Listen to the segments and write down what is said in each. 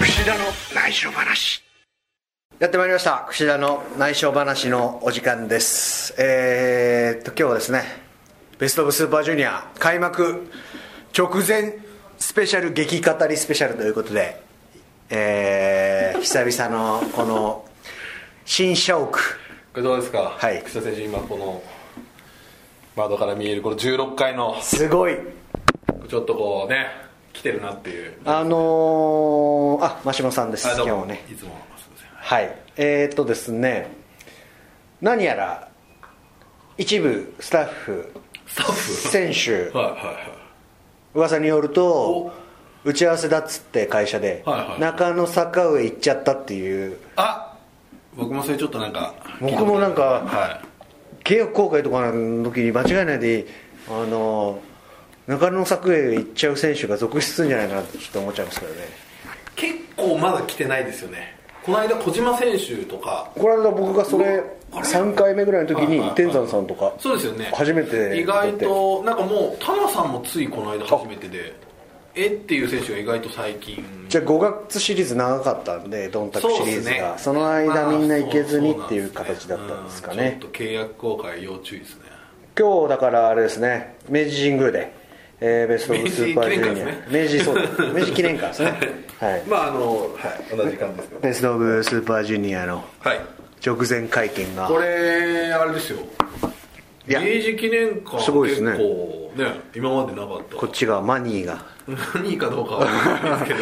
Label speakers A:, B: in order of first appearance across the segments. A: 串田の内緒話
B: やってまいりました串田の内緒話のお時間ですえー、っと今日はですねベスト・オブ・スーパージュニア開幕直前スペシャル激語りスペシャルということでえー、久々のこの新社屋
C: これどうですか、
B: はい
C: 草選手、今この窓から見えるこの16階の
B: すごい
C: ちょっとこうね、来てるなっていう、
B: あのー、あ真島さんです
C: あど
B: 今
C: う
B: 日
C: も
B: もね
C: いつもすいません
B: はいえー、っとですね何やら一部スタッフ
C: スタッフ、
B: 選手
C: はいは
B: 噂によると打ち合わせだっつって会社で、
C: はいはい
B: 中野坂上行っちゃったっていう
C: いはい、あ僕もそれちょっとなんか、
B: 僕もなんか
C: は
B: 契約更改とかの時に間違いないであの中野坂上行っちゃう選手が続出するんじゃないかなってちょっと思っちゃいますけどね
C: い、結構まだ来てないですよね、この間、小島選手とか、
B: この間僕がそれ
C: うわあれ
B: 3回目ぐらいの時
C: はいはい
B: に
C: はい
B: 天山さんとか
C: そうですよね、
B: 初めて
C: 意外と、なんかもう、田野さんもついこの間初めてで、えっていう選手が意外と最近、
B: じゃあ5月シリーズ長かったんでドンタクシリーズ
C: そうです
B: が
C: ね
B: そ,、の間みんな行けずにっていう
C: まあ
B: 形だったんですかね、
C: うんちょっと契約更改要注意ですね
B: 今日だからあれですね明治神宮で、えーベスト・オブ・スーパージュニア明
C: 明
B: 治
C: 治記念
B: そうで
C: 館ですね
B: す明治記念館ですね、はい
C: まああの、はい、同じ時間ですけど
B: ベスト・オブ・スーパージュニアの
C: はい
B: 直前会見が
C: これあれですよ
B: いや
C: 明治記念館は
B: すごいですね
C: 結構ね今までなかった
B: こっちがマニーが
C: 何位かどうかは分かんないですけど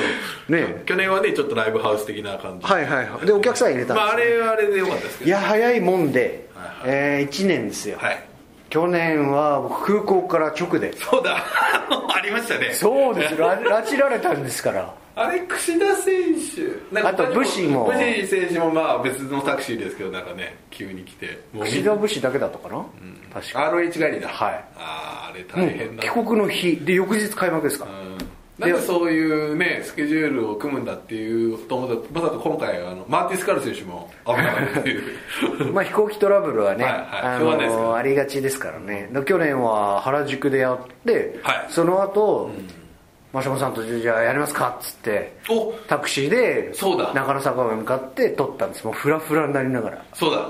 B: ねえ
C: 去年はねちょっとライブハウス的な感じ
B: はいはいはいでお客さん入れたんですね
C: まあ、あれはあれでよかったですけ
B: い
C: ど
B: や早いもんで、
C: はい
B: え1年ですよ、
C: はい
B: 去年は僕空港から直で
C: そうだ ありましたね
B: そうですよ拉致られたんですから
C: あれ櫛田選手なんか
B: あと武士も
C: 武士選手もまあ別のタクシーですけどなんかね急に来てもうみん
B: 岸
C: な
B: 田武士だけだったかな、確か
C: ROH 帰りだ
B: はい
C: あーあれ大変だ、
B: 帰国の日で翌日開幕ですから、
C: うんなんでそういうねスケジュールを組むんだっていうと思ったまさか今回あのマーティン・スカル選手も危なかったっていう
B: まあ飛行機トラブルはね、
C: はいはい
B: あ
C: しょうがないですから
B: のありがちですからねで去年は原宿でやって、
C: はい
B: その後、マシ真島さんとじゃあやりますかっつって
C: お
B: タクシーで
C: そうだ
B: 中野坂上に向かって撮ったんですもうフラフラになりながら
C: そうだ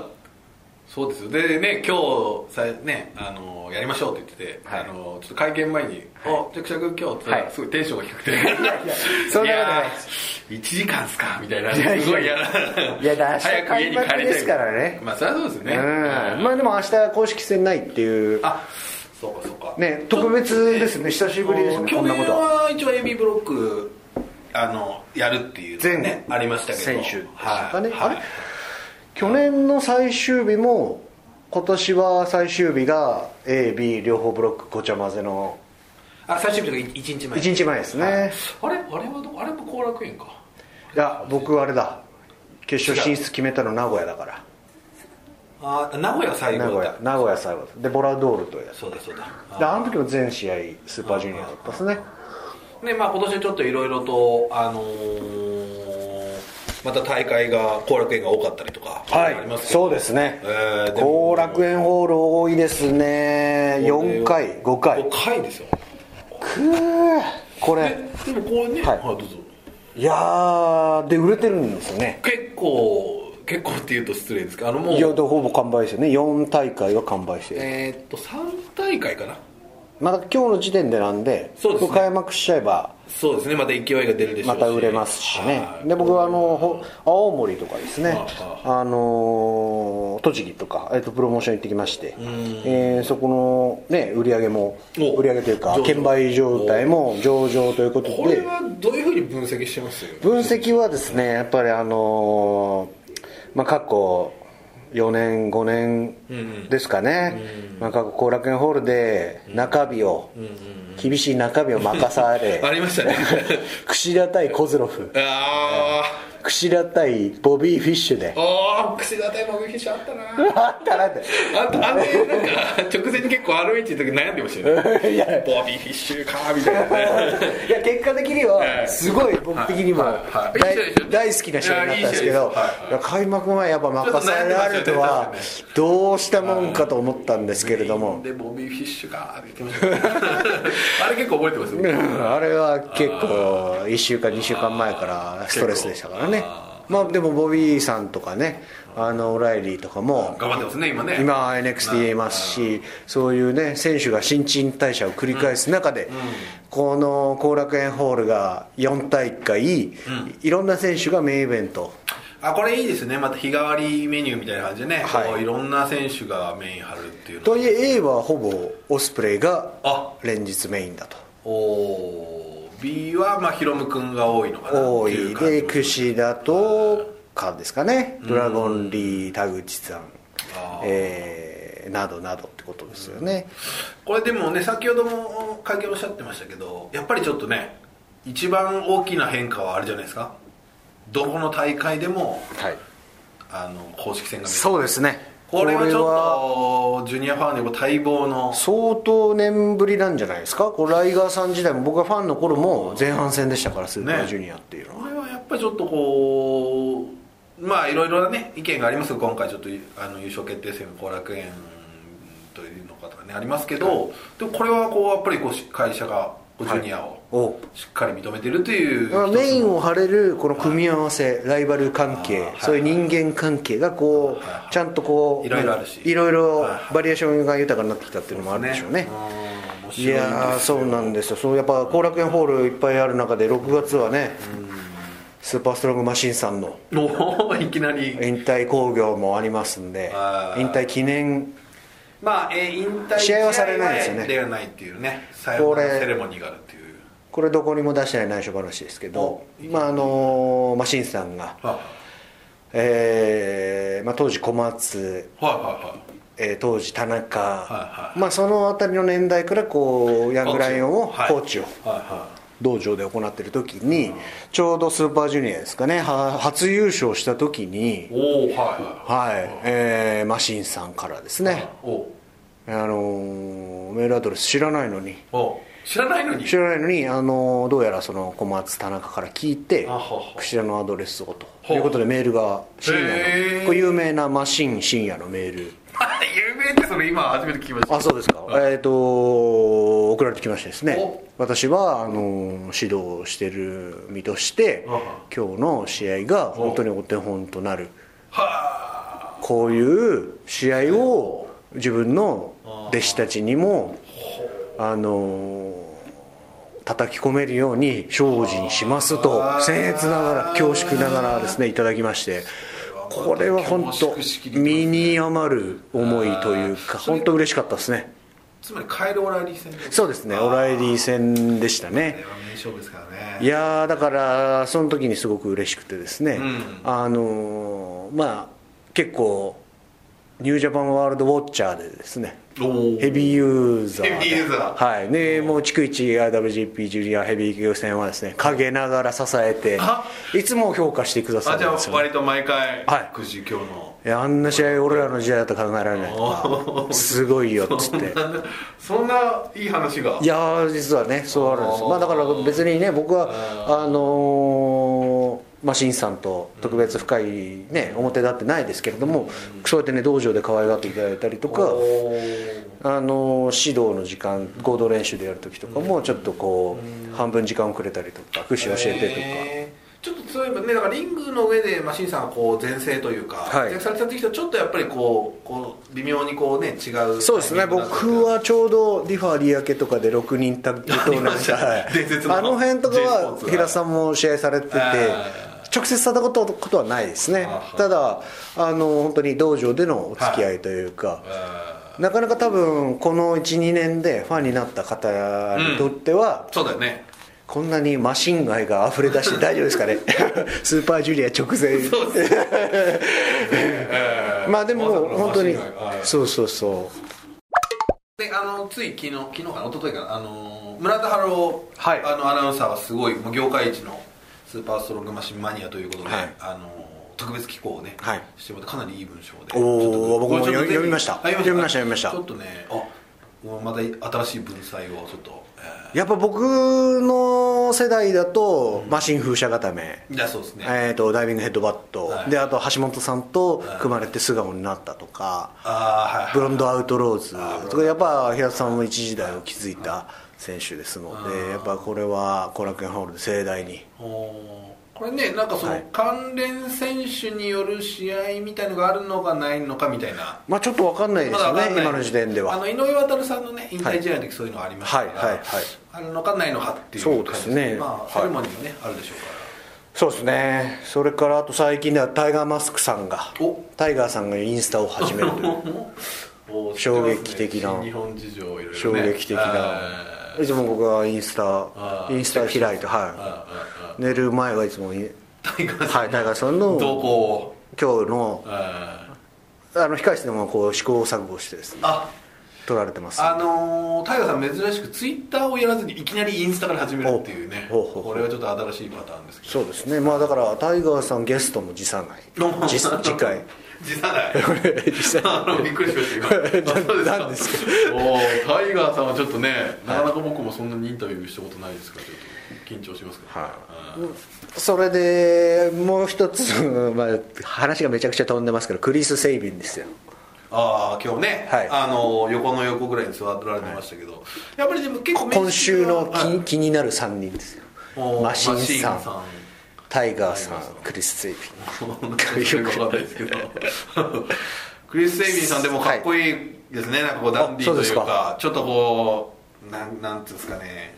C: そうですよでね今日さねあのやりましょうって言ってて、
B: はい
C: あのちょっと会見前に「おじゃあくしゃく今日」って、
B: はい
C: すごいテンションが低くて
B: そんなことない
C: やー1時間っすかみたいない
B: やいや
C: すごい嫌ない
B: やだ
C: 早く家に帰
B: 明日開
C: りた
B: 幕
C: い
B: ですからね
C: まあそれはそうですよね、
B: うんまあでも明日公式戦ないっていう
C: あそうかそうか
B: ね特別ですね久しぶりですねこ
C: 去
B: んなこ
C: 年
B: とは
C: は一応 AB ブロックあのやるっていうのがねありましたけど
B: 選手でしたか
C: は
B: ね、
C: いはい
B: あれ去年の最終日も今年は最終日が AB 両方ブロックごちゃ混ぜの
C: あ最終日とか1日前
B: 1日前ですね、い、
C: あれあれはどこあれも後楽園か
B: や僕はあれだ決勝進出決めたの名古屋だから
C: あ名古屋最
B: 名
C: 後
B: 古
C: だ
B: 屋名古屋最後ですでボラドールとやつ
C: そうだそうだ
B: であの時も全試合スーパージュニアだったですね
C: でまあ今年ちょっといろいろとあのーまた大会が後楽園が多かったりとかありますけど
B: そうですね
C: えーでも
B: 後楽園ホール多いですね4回5回
C: 5回ですよ
B: くーこれ
C: でもこうね
B: は
C: はいいどうぞ
B: いやーで売れてるんですよね
C: 結構結構っていうと失礼ですけどあのもう
B: いやでほぼ完売ですよね4大会は完売してる、
C: えーっと3大会かな
B: まだ今日の時点でなんで
C: そうですね
B: こ開幕しちゃえば
C: そうですねまた勢いが出るでしょう
B: ま
C: した
B: 売れますしね
C: はい
B: で僕はあのほ青森とかですね
C: は
B: あのー栃木とか、えっとプロモーション行ってきまして、えーそこの、ね、売り上げも
C: お
B: 売り上げというか
C: 上場
B: 券売状態も上場ということ
C: これ
B: で
C: はどういうふうに分析してます
B: 分析はですねやっぱりあのーまあ過去4年5年ですかね、まあ、過去後楽園ホールで中日を、厳 しい中日を任され
C: ありましたね
B: 櫛田対コズロフ
C: あ
B: 櫛田対ボビー・フィッシュで
C: ああ櫛田対モグフィッシュあったな
B: あったなって
C: あんたあれなんか直前に結構 ROH の時悩んでましたよね
B: いや
C: ボビーフィッシュかみたいなね
B: いや結果的には
C: ええ
B: すごい僕的にも
C: はいはいはいいい試合でし
B: 大
C: ょ
B: 大好きな試合になったんですけ
C: いやい
B: ど
C: い試合ですはいはい
B: いや開幕前やっぱ任せられるとはどうしたもんかと思ったんですけれど も
C: でボビーフィッシュかって言ってましたね あれ結構覚えてますよ
B: あれは結構1週間2週間前からストレスでしたからねまあでもボビーさんとかねあのオライリーとかも
C: 頑張ってますね今ね
B: 今 NXT いますしそういうね選手が新陳代謝を繰り返す中で、この後楽園ホールが4大会、いろんな選手がメインイベント
C: あこれいいですねまた日替わりメニューみたいな感じでね、
B: はい
C: こういろんな選手がメイン張るっていうの
B: といえ A はほぼオスプレイが
C: あ
B: 連日メインだと
C: おー B はまあヒロム君が多いのかな
B: 多
C: ってい
B: いう
C: 感じ
B: で櫛田とかですかねドラゴンリー田口さん
C: あー、
B: えーなどなどってことですよね、
C: これでもね先ほども会見おっしゃってましたけどやっぱりちょっとね一番大きな変化はあれじゃないですかどこの大会でも
B: はい
C: あの公式戦が見れる
B: そうですね
C: これは
B: これ
C: ち
B: は
C: ょっとジュニアファンにも待望の
B: 相当年ぶりなんじゃないですかこうライガーさん時代も僕がファンの頃も前半戦でしたからスーパージュニアっていうのは、
C: これはやっぱりちょっとこうまあいろいろなね意見がありますが今回ちょっとあの優勝決定戦の後楽園というのかとかねありますけど、でもこれはこうやっぱりこうし会社がこうジュニアを
B: お
C: しっかり認めてるという一つ
B: まあ
C: の
B: メインを張れるこの組み合わせ、ライバル関係、
C: はい
B: そういう人間関係がこう、
C: はい
B: ちゃんとこう
C: いろいろあるし
B: いろいろ
C: はいはい
B: バリエーションが豊かになってきたっていうのもあるでしょうね
C: うん
B: い
C: 面白ですよ
B: やーそうなんですよそうやっぱ後楽園ホールいっぱいある中で6月はね、スーパーストロングマシンさんの
C: もういきなり
B: 引退興行もありますんで
C: あー
B: 引退記念
C: まあ、えー引退
B: 試合はされないですよね
C: 試合ではないっていうねさよな
B: これ
C: らセレモニーがあるっていう
B: これどこにも出してない内緒話ですけど
C: お、
B: まああのマシンさんが、
C: は
B: えーまあ、当時小松、
C: いはいはい
B: えー当時田中、
C: はい
B: まあ、その辺りの年代からこうヤングライオンを
C: はい
B: コーチを
C: はいは
B: 道場で行ってる時にちょうどスーパージュニアですかねは初優勝した時に
C: い、おおはいは
B: はいえーマシンさんからです
C: い
B: ね、
C: お
B: あのーメールアドレス知らないのに
C: お知らないのに
B: 知らないのにあのどうやらその小松田中から聞いて
C: あはは
B: 櫛田のアドレスをと
C: ほう
B: いうことでメールが深夜
C: へ
B: の
C: ー
B: これ有名なマシン深夜のメール
C: あ 有名ってそれ今初めて聞きました
B: あそうですか
C: はい
B: えっと送られてきましてですね
C: お
B: 私はあの指導してる身として
C: あは
B: 今日の試合が本当にお手本となる
C: は
B: こういう試合を自分の弟子たちにもあの叩き込めるように精進しますと僭越ながら恐縮ながらですねいただきましてこれは本当身に余る思いというか本当嬉しかったですね
C: つまりカイル・オライリー戦
B: そうですねオライリー戦でしたね
C: これは名勝負ですからね
B: いやーだからその時にすごく嬉しくてですね、
C: ん
B: あのーまあ結構ニュージャパンワールドウォッチャーでですね
C: おお
B: ヘビーユーザーで
C: ヘビーユーザー
B: はいねもう逐一 IWGP ジュニアヘビー級戦はですね陰ながら支えて
C: あ
B: いつも評価してくださ
C: あ
B: る
C: じ
B: ん
C: ゃ
B: で
C: あ
B: すよ、
C: 割と毎回、
B: はい
C: くじ今日の
B: いやあんな試合俺らの時代だと考えられないとかすごいよっつって
C: そんないい話が
B: いやー実はねそうあるんです
C: あー
B: まあだから別にね僕はあのーまあ新さんと特別深いね表立ってないですけれどもそうやってね道場で可愛がっていただいたりとか
C: おー
B: あのー指導の時間合同練習でやる時とかもちょっとこう半分時間をくれたりとか節教えてとか
C: えーちょっとそういえばねだからリングの上でマシンさんはこう前世というか、
B: はい
C: 前世されてた時とちょっとやっぱりこうこう微妙にこうね違う
B: そうですね
C: タイミングだった
B: 僕はちょうどリファ有明とかで6人タッグトーナメン
C: ありまし
B: ト
C: たね
B: はい
C: 伝説の
B: あの辺とか
C: J スポ
B: は
C: ーツはい
B: 平さんも試合されてて
C: あ
B: 直接戦ったことはないですね
C: あー
B: ただあの本当に道場でのお付き合いというか
C: あ
B: なかなか多分この12年でファンになった方にとっては
C: ーそうだよね
B: こんなにマシンガイが溢れ出して大丈夫ですか ねスーパージュニア直前
C: そうですね
B: まあでも本当に
C: まさかのマシンガンはい
B: そうそうそう
C: であのつい昨日昨日かな一昨日かなあの村田春夫、
B: はい
C: あのアナウンサーはすごいもう業界一のスーパーストロングマシンマニアということで、
B: はい
C: あの特別寄稿をね、
B: はい
C: してもらってかなりいい文章
B: お
C: で
B: ー
C: ちょっと
B: 僕も
C: これちょっとぜひ
B: 読みました
C: あ
B: 読みました読みました
C: ちょっとねあもうまた新しい文才をちょっと、え
B: やっぱ僕の世代だと、マシン風車固め、
C: ー、いやそうですね、
B: えー、とダイビングヘッドバット、
C: はい
B: であと橋本さんと組まれて素顔になったとか、
C: ああはい
B: ブロンドアウトローズとかやっぱ平田さんも一時代を築いた選手ですのでやっぱこれは後楽園ホールで盛大に
C: おーこれねなんかその、
B: はい
C: 関連選手による試合みたいのがあるのかないのかみたいな
B: まあちょっと分かんないですよ
C: まだわか
B: ね
C: んない
B: 今の時点で
C: あ
B: は
C: の井上渉さんのね引
B: はい
C: 退試合の時そういうのがありましたから、
B: はいはいはい
C: あるのかないのかっていう
B: そうですね
C: ま
B: は
C: あ
B: い
C: セレモニーもね、あるでしょう
B: そうですねそれからあと最近ではタイガーマスクさんが
C: お
B: タイガーさんがインスタを始めるとい
C: から
B: う
C: おー
B: 衝撃的な
C: 新日本事情いろいろ、ね、
B: 衝撃的
C: あ
B: ない
C: ー
B: つも僕はインスタ
C: あー
B: インスタ開いては
C: あーあ
B: い寝る前はいつもい
C: ータイガーさ
B: はい
C: ん
B: タイガーさん
C: の
B: の
C: 動向を
B: 今日の
C: あー
B: あの控室でもこう試行錯誤してですね
C: あ
B: 撮られてます
C: あのー、タイガーさん珍しくツイッターをやらずにいきなりインスタから始めるっていうね
B: おほうほうほう
C: これはちょっと新しいパターンですけど
B: そうですねまあだからタイガーさんゲス トも辞さない辞次回
C: 時差ない
B: 次回
C: あのびっくりしました今
B: ななんですか
C: おおタイガーさんはちょっとね、なかなか僕もそんなにインタビューしたことないですからちょっと緊張しますけど、
B: はいそれでもう一つ、 まあ、話がめちゃくちゃ飛んでますけどクリス・セイビンですよ
C: ああ今日ね、
B: はい
C: あの横の横ぐらいに座られてましたけど、やっぱりでも結構面識
B: 今週
C: は
B: の
C: は
B: 気気になる3人ですよ
C: い
B: マシンさ
C: マシン
B: んタイガーさ
C: タ
B: ん
C: イガーさん
B: クリス・セイビ
C: よくわかんないですけど クリス・セイビンさんでもかっこいいですね、なんかこうダンディ
B: あそ
C: ーというか
B: うですか
C: ちょっとこうなんなんていうんですかね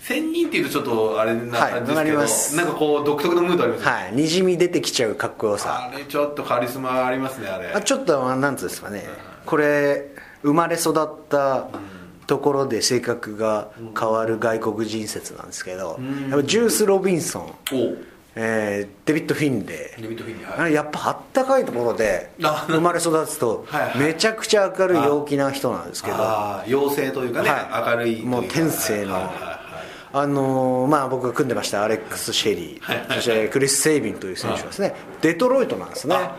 C: 仙人っていうとちょっとあれな感じ
B: はいわかりま
C: ですすけど、なんかこう独特のムードあります
B: ン
C: よね、
B: はいにじみ出てきちゃうかっこよさ
C: あれちょっとカリスマありますねあれ
B: あちょっとあなんつうんですかねこれ生まれ育ったところで性格が変わる外国人説なんですけど
C: ん
B: やっぱジュース・ロビンソン、
C: おう
B: えーデビッド・フィンレイ
C: リミットフィンに
B: あ
C: はい
B: れやっぱあったかいところで
C: あ
B: 生まれ育つと
C: はいはい
B: めちゃくちゃ明るい陽気な人なんですけどは
C: ああ妖精というかね、明るいとい
B: いもう天性の
C: はいはい
B: あのーまあ僕が組んでましたアレックス・シェリーそしてクリス・セイビンという選手はですねデトロイトなんですね
C: あ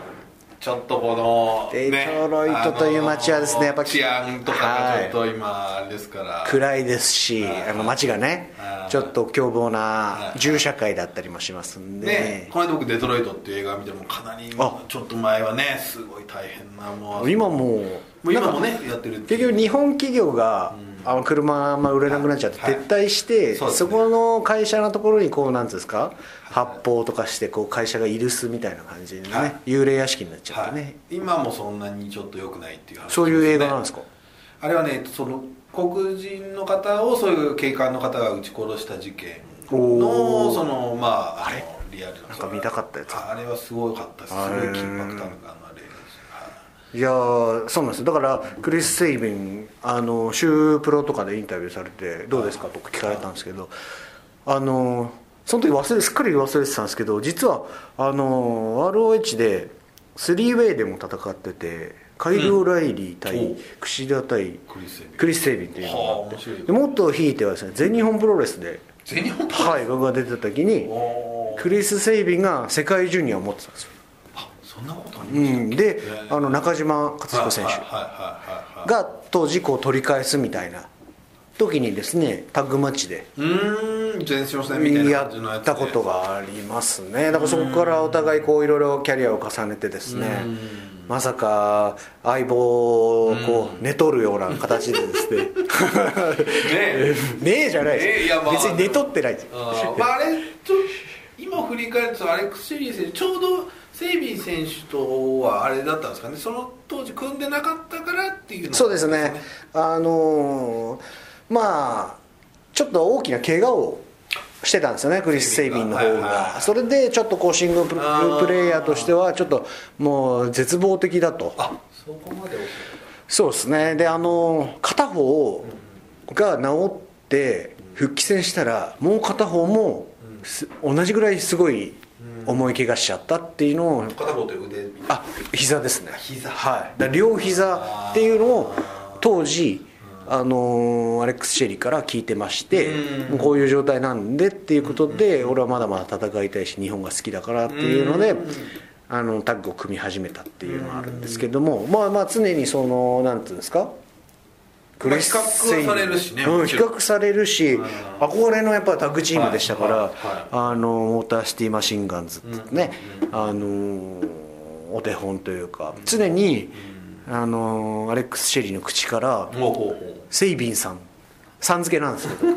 C: ちょっとこの
B: デトロイトという街はですねやっぱ
C: 治安とかがちょっと今あれですから、
B: 暗いですし
C: はい
B: あの街がね
C: はい
B: ちょっと凶暴ない銃社会だったりもしますんで、
C: ね、この間僕「デトロイト」っていう映画見てもかなり
B: あ
C: ちょっと前はねすごい大変なもう
B: 今
C: も
B: も
C: う
B: うなん
C: 今
B: か
C: もねやってるっていう
B: 結局日本企業が、あの車あんま売れなくなっちゃって
C: はい
B: 撤退して、
C: そう
B: そ
C: ですね
B: この会社のところにこうなんつうんですか発砲とかしてこう会社がいるすみたいな感じでね、
C: はい
B: 幽霊屋敷になっちゃってね、
C: はい、今もそんなにちょっと良くないっていう話
B: そういう映画なんですすか、
C: あれはねその黒人の方をそういう警官の方が撃ち殺した事件
B: お
C: の
B: ー
C: そのまああ
B: れ
C: のリアルな
B: なんか見たかったやつ
C: ああれはすごかったですす
B: あれ
C: ごい緊迫感がある映画です
B: いやーそうなんですよだからクリス・セイビンあの週プロとかでインタビューされて「どうですか?」とか聞かれたんですけどあのその時忘れすっかり忘れてたんですけど実はあの ROH でスリーウェイでも戦っててカイル・オライリー対、
C: うんお
B: 櫛田対
C: クリス・セイビン
B: クリス・セイビンっていうのがあ
C: はあ面
B: っ
C: 白い
B: てでもっと引いてはですね全日本プロレスで、
C: 全日本
B: はい、僕が出てた時に
C: おー
B: クリス・セイビンが世界ジュニアを持ってたんですよ、
C: あそんなことあり
B: う
C: ました
B: ん、で
C: えー
B: あの中島克彦選手、
C: はいはいはいはいはい
B: が当時こう取り返すみたいな時にですねタッグマッチで
C: うーん全勝戦みたいな
B: や
C: 感じのやつで
B: ったことがありますねだからそこからお互いこういろいろキャリアを重ねてですねまさか相棒をこう寝取るような形でです ね
C: ね
B: ねえじゃない
C: ねえい
B: です
C: やまあ
B: 別に寝取ってないです
C: あーまああれちょ今振り返るとアレックス・シェリー選手ちょうどセイビン選手とはあれだったんですかねその当時組んでなかったからっていうのが
B: そうですねあのーまあちょっと大きな怪我をしてたんですよねクリス・セイビンの方
C: はいはいは
B: が
C: い
B: それでちょっとこうシングルプレ
C: あー
B: プレイヤーとしてはちょっともう絶望的だと
C: あそこまで
B: そうですねであのー片方が治って復帰戦したらもう片方もす同じぐらいすごい重い怪我しちゃったっていうのを
C: 片方という腕みたいな
B: あ膝ですね
C: 膝
B: はいだから両膝っていうのを当時あのーアレックス・シェリーから聞いてまして
C: うん
B: もうこういう状態なんでっていうことで俺はまだまだ戦いたいし日本が好きだからっていうのであのタッグを組み始めたっていうのがあるんですけどもまあまあ常にそのなんていうんですか
C: まあ比較はされるしね
B: うん
C: も
B: 比
C: ちろん
B: 較されるし憧れのやっぱタッグチームでしたから、
C: はいはい
B: あのモーターシティマシンガンズってね、あのーお手本というか常に、あのーアレックス・シェリーの口から
C: ほうほうほ
B: セイビンさんさん付けなんですけ ど
C: う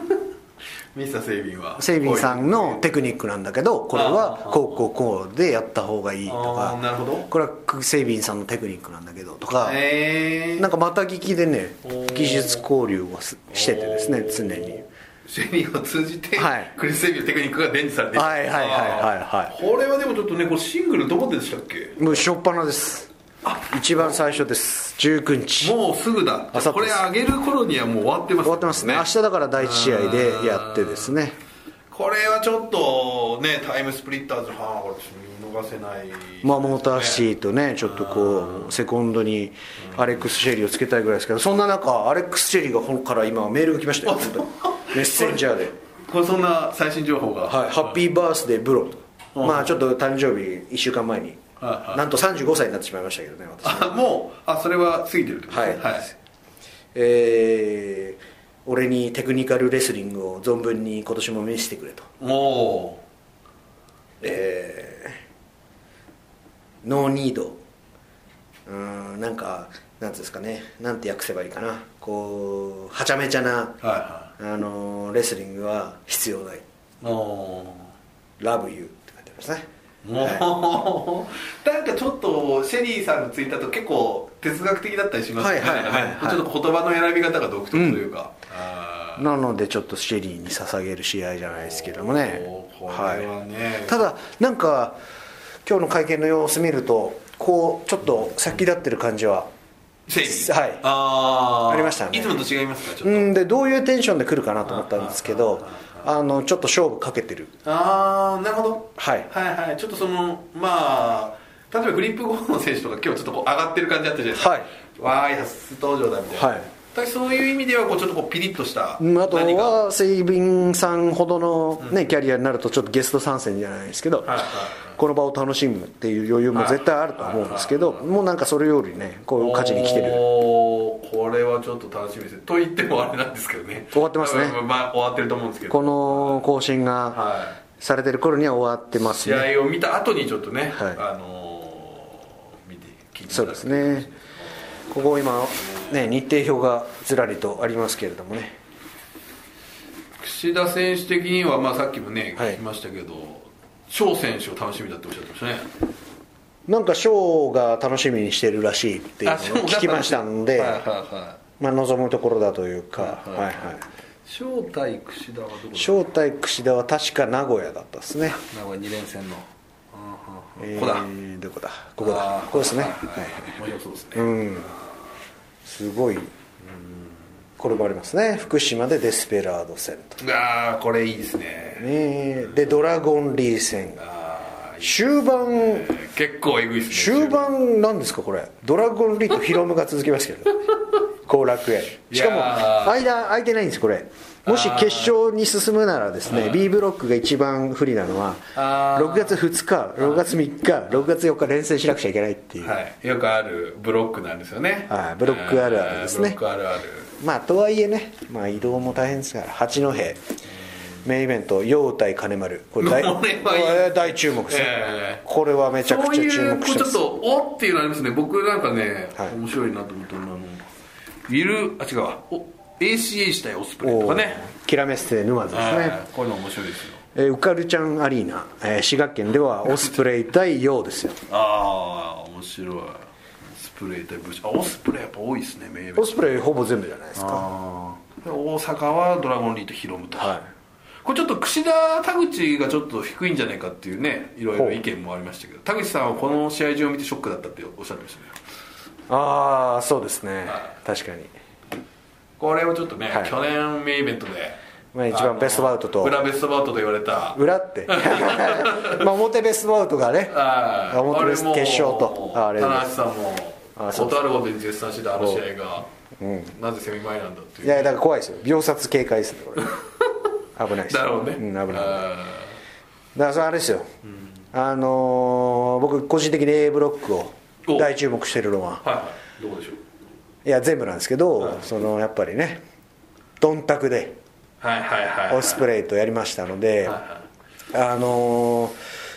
C: ミスターセイビンは
B: セイビンさんのテクニックなんだけどこれ
C: あ
B: は
C: あ
B: こうこうこうでやった方がいいと
C: あ
B: か
C: ーなるほど
B: これはセイビンさんのテクニックなんだけどとか、
C: えー、
B: なんかまた聞きでね
C: おー
B: 技術交流をすしててですね
C: おー
B: 常に。
C: セミを通じて、
B: はい
C: クリス・セビのテクニックが伝授されてる
B: はいはいはいはいはい
C: あーこれはでもちょっとねこれシングルどこでしたっけ
B: もう初っ端です一番最初です19日
C: もうすぐだ
B: あさっ
C: こ
B: てで
C: れ
B: す
C: 上げる頃にはもう終わってます
B: 終わってますね明日だから第1試合でやってですね
C: これはちょっとねタイムスプリッターズのファンはこれ見逃せない
B: まあ、モーターシティとねちょっとこうセコンドにアレックス・シェリーをつけたいぐらいですけどそんな中アレックス・シェリーが本から今メールが来ましたよ本当にメッセンジャーで、
C: これそんな最新情報が
B: はい「ハッピーバースデーブロ」と、まあちょっと誕生日1週間前に
C: はいはい
B: なんと35歳になってしまいましたけどね私
C: あもうあそれは過ぎてるってこと
B: はい
C: ですねはい
B: えー俺にテクニカルレスリングを存分に今年も見せてくれと
C: も
B: えーノーニードうーんなんかなんていうんですかねなんて訳せばいいかなこうはちゃめちゃな、
C: うは
B: あのーレスリングは必要ない
C: いはいも
B: 「
C: う
B: Love You」って書いてありますね
C: もう、なんかちょっとシェリーさんのツイッターと結構哲学的だったりしますよね、
B: はいはいはいはい
C: ちょっと言葉の選び方が独特というか、あー
B: なのでちょっとシェリーに捧げる試合じゃないですけどもね
C: おーこれはね
B: はい、ただなんか今日の会見の様子見るとこうちょっと先立ってる感じは
C: シェリー
B: はい
C: あー
B: ありましたね
C: いつもと違いますかちょっと、
B: うんでどういうテンションで来るかなと思ったんですけどあのちょっと勝負かけてる
C: ああなるほど、
B: はい
C: はいはいちょっとそのまあ例えばグリップゴーの選手とか今日ちょっとこう上がってる感じあったじゃないですか
B: はい
C: わーい初登場だみたいな、
B: はい
C: 私そういう意味ではこうちょっとこうピリッとした
B: うんあと
C: 何か
B: はセイビンさんほどの、ねキャリアになるとちょっとゲスト参戦じゃないですけど、
C: はい
B: この場を楽しむっていう余裕も絶対あると思うんですけど、もうなんかそれよりねこう勝ちに来てる
C: おーこれはちょっと楽しみですねと言ってもあれなんですけどね
B: 終わってますね
C: まあまあ終わってると思うんですけど
B: この更新
C: は
B: がされてる頃には終わってます
C: 試
B: ね、
C: 合を見た後にちょっとね、
B: はい
C: あのー見て聞いていただく
B: そうですねここ今ね日程表がずらりとありますけれどもね
C: 櫛田選手的には、まあ、さっきもね、
B: はい
C: 聞きましたけど翔選手を楽しみだっておっしゃってましたね
B: なんかショーが楽しみにしてるらしいっていうのを
C: あ翔だった
B: 聞きましたんで、
C: はいはいはい
B: まあ、望むところだというか、
C: はい
B: は
C: はいい
B: は
C: はいい翔対櫛田はどこだ
B: 招待櫛田は確か名古屋だったですね
C: 名古屋2連戦の、うんうんうん
B: えー
C: ここだ
B: どこだここだ
C: あー
B: ここですね、
C: はい
B: はい
C: 面白そうですね、
B: うんすごいこれもありますね福島でデスペラード戦と、
C: ああこれいいですね
B: ね、でドラゴンリー戦
C: あー
B: 終盤
C: 結構えぐいです
B: 終
C: ね
B: 盤なんですかこれドラゴンリーとヒロムが続きますけ ど後楽園しか
C: い
B: も
C: やー
B: 間空いてないんですこれもし決勝に進むならですね B ブロックが一番不利なのは
C: あー
B: 6月2日6月3日6月4日連戦しなくちゃいけないっていう、
C: はい、よくあるブロックなんですよね
B: はいブロックあるあるですね
C: あーブロックあるある
B: まあとはいえね、まあ、移動も大変ですから八戸メインイベント陽対金丸こ れ大
C: これはいい
B: これ大注目ですね、
C: ええ
B: これはめちゃ
C: そ
B: く
C: う
B: ちゃ
C: い
B: 注
C: う
B: 目
C: こ
B: し
C: う
B: て
C: ち
B: ま
C: ょっ
B: す
C: とおっていうのありますね僕なんかね、
B: はい
C: 面白いなと思ったのはあのウィルあ違うわお ACA したいオスプレイと
B: お
C: か
B: ー
C: ね
B: キラメッセ沼津ですね
C: あーこういうの面白いですよ
B: えー、ウカルちゃんアリーナ、えー滋賀県ではオスプレイ対ヨウですよ
C: ああ面白いスプレー対ブシあオスプレイやっぱ多いですね名
B: オ
C: 物
B: スプレイほぼ全部じゃないですか
C: あーで大阪はドラゴンリーとヒロムと、
B: はい
C: これちょっと櫛田田口がちょっと低いんじゃないかっていうねいろいろ意見もありましたけど田口さんはこの試合中を見てショックだったっておっしゃってましたね
B: ああそうですね確かに
C: これをちょっとね、
B: はい
C: 去年メインイベントで、
B: まあ一番ベストバウトと
C: 裏ベストバウトと言われた
B: 裏って まあ表ベストバウトがね
C: あー
B: 表ベスト
C: あれも
B: 決勝とああれ
C: 田中さんも
B: あそうです
C: 断るごとに絶賛してたあの試合がなぜセミ前なんだっていう
B: いやだから怖いですよ秒殺警戒ですねこれ 危ないです
C: だろうね、
B: うん、危ない危ないだか
C: あ
B: らそれあれですよ、あのー僕個人的に A ブロックを
C: お
B: 大注目してるのは
C: ーはいはいどうでしょう
B: いや全部なんですけど、
C: はい
B: そのやっぱりねドンタクで
C: はいはいはい、は い、
B: オスプレイとやりましたので、
C: はいは
B: あのー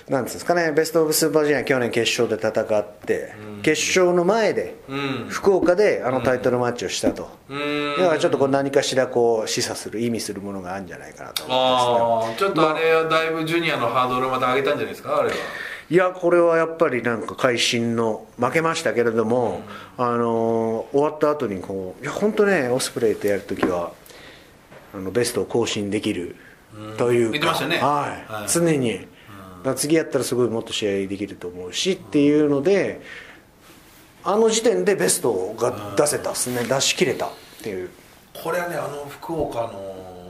B: なんつうんですかねベスト・オブ・スーパージュニア去年決勝で戦って、決勝の前で、
C: ん
B: 福岡であのタイトルマッチをしたと、
C: うーん
B: 要はちょっとこう何かしらこう示唆する意味するものがあるんじゃないかなと思って
C: ああちょっとあれはだいぶジュニアのハードルまた上げたんじゃないですかあれは
B: ますねいやこれはやっぱりなんか会心の負けましたけれども、あのー終わった後にこういや本当ねオスプレイとやるときはあのベストを更新できるというか
C: 言ってましたね
B: はい
C: はい
B: 常に、だから次やったらすごいもっと試合できると思うしっていうのであの時点でベストが出せたっすね出し切れたっていう
C: これはねあの福岡の、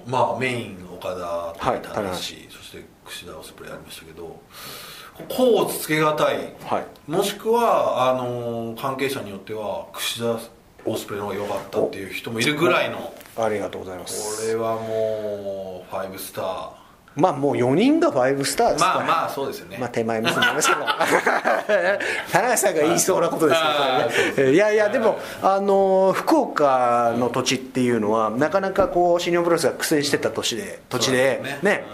C: まあ、メイン岡田
B: はい
C: 田中そして櫛田オスプレイありましたけど甲をつけがたい、
B: はい
C: もしくはあの関係者によっては櫛田オスプレイの方が良かったっていう人もいるぐらいのこ
B: ありがとうございます
C: れはもうファイブスター
B: まあもう4人が5スターですから
C: まあまあそうですよね、
B: まあ手前味噌になりますけど田中さんが言いそうなことですよ
C: あー
B: これねいやいやでもあの福岡の土地っていうのはなかなかこう新日本プロレスが苦戦してた土地で土地で
C: そうですね
B: ね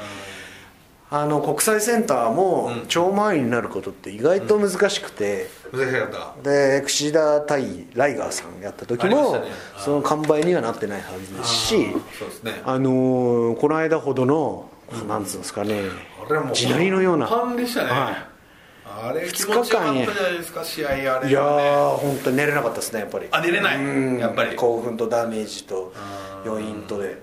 B: あの国際センターも超満員になることって意外と難しくて
C: 難しかった
B: で櫛田対ライガーさんやった時
C: ありまし
B: も
C: たねあー
B: その完売にはなってないはずですし
C: そうですね
B: あのーこの間ほどのなんつうんですかね
C: あれはもう
B: 地鳴りのような
C: パンでしたね、
B: はい
C: あれ気持ちよかったじゃないですか試合あれはね
B: いやー本当に寝れなかったですねやっぱり
C: あ寝れない
B: うん
C: やっぱり
B: 興奮とダメージと余韻とで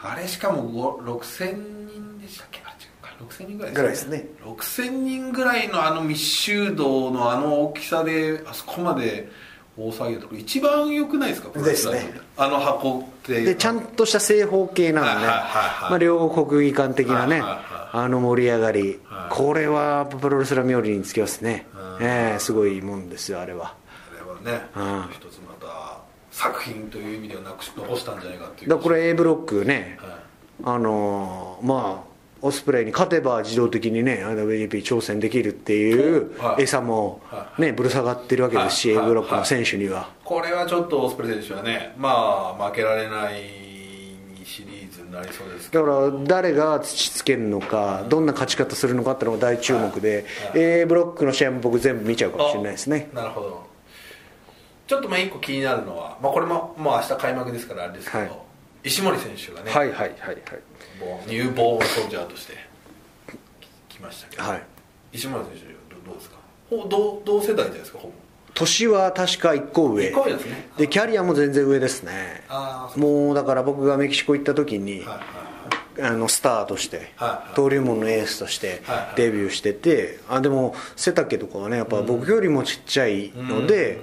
C: あれしかもご6000人でしたっけあ違うか6000人ぐらい
B: ぐらいですね
C: 6000人ぐらいのあの密集度のあの大きさであそこまで大騒ぎのところ一番良くないですかプロレスラー
B: ですね
C: あの箱って
B: でちゃんとした正方形なんでね
C: はいはいはいはい
B: まあ両国技館的なね
C: はいはいは
B: あの盛り上がり
C: はい
B: これはプロレスラー冥利につきますね
C: うん
B: ええすごいもんですよあれは
C: あれはね、
B: うん
C: 一つまた作品という意味ではなくし残したんじゃないかっていう
B: だからこれ A ブロックね
C: はい
B: あのーまあオスプレイに勝てば自動的にね IWGP 挑戦できるっていう
C: はい
B: 餌も
C: は
B: ねぶら下がってるわけですし A
C: はいはい
B: ブロックの選手には
C: これはちょっとオスプレイ選手はねまあ負けられないシリーズになりそうですけど
B: だから誰が土つけるのか、どんな勝ち方するのかっていうのが大注目で、A ブロックの試合も僕、全部見ちゃうかもしれないですね。
C: なるほどちょっとまあ一個気になるのは、まあ、これももう明日開幕ですからあれですけど、
B: はい
C: 石森選手がね、
B: はいはいはい
C: もうニューボーンソルジャーとしてき来ましたけど、
B: はい、はい、
C: 石森選手どどうですかほ同同世代じゃないですかほぼ
B: 年は確か1個上
C: 一個上ですね
B: でキャリアも全然上ですね
C: あーそう
B: もうだから僕がメキシコ行った時に、
C: はいはい
B: あのスターとして、
C: はい
B: 登竜門のエースとして
C: はいはい
B: デビューしてて、あでも背丈とかはねやっぱ僕よりもちっちゃいので、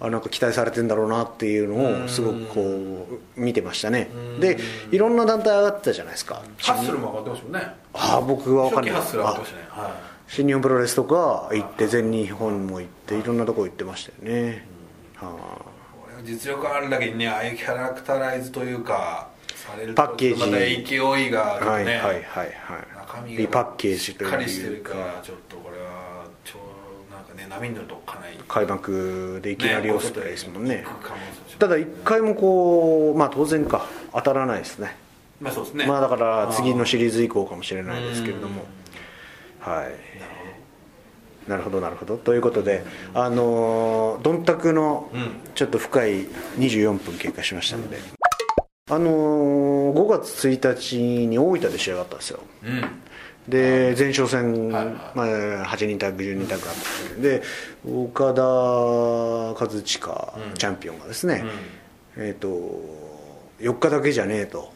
B: あなんか期待されてんだろうなっていうのをすごくこう見てましたね、でいろんな団体上がってたじゃないですか、
C: ハッスルも上がってましたもんね
B: ああ僕は分か
C: 初
B: ん
C: 期
B: ない
C: ハッスル上がって
B: あ
C: ましたねはい
B: 新日本プロレスとか行って全日本も行っていろんなとこ行ってましたよね、はあ
C: これは実力あるだけにねああいうキャラクターライズというかされると
B: パッケージ
C: また勢いが
B: はい
C: ね、
B: はいはい
C: 中
B: は
C: 身
B: い
C: が
B: リパッケージ
C: し
B: と
C: っかりして
B: い
C: る
B: う
C: か
B: から
C: ちょっとこれは超なんかね波に乗るとおっかない
B: 開幕でいきなりオスプレイですもんね
C: 行く可能性も
B: ただ一回もこうまあ当然か当たらないですね
C: まあそうですね
B: まあだから次のシリーズ以降かもしれないですけれどもはいなるほどなるほどということであのードンタクのちょっと深い24分経過しましたので、あのー5月1日に大分で試合があったんですよ
C: うん
B: で前哨戦、
C: はいはい
B: まあ、8人タッグ10人タッグあってで岡田和親チャンピオンがですね、えっ、と4日だけじゃねえと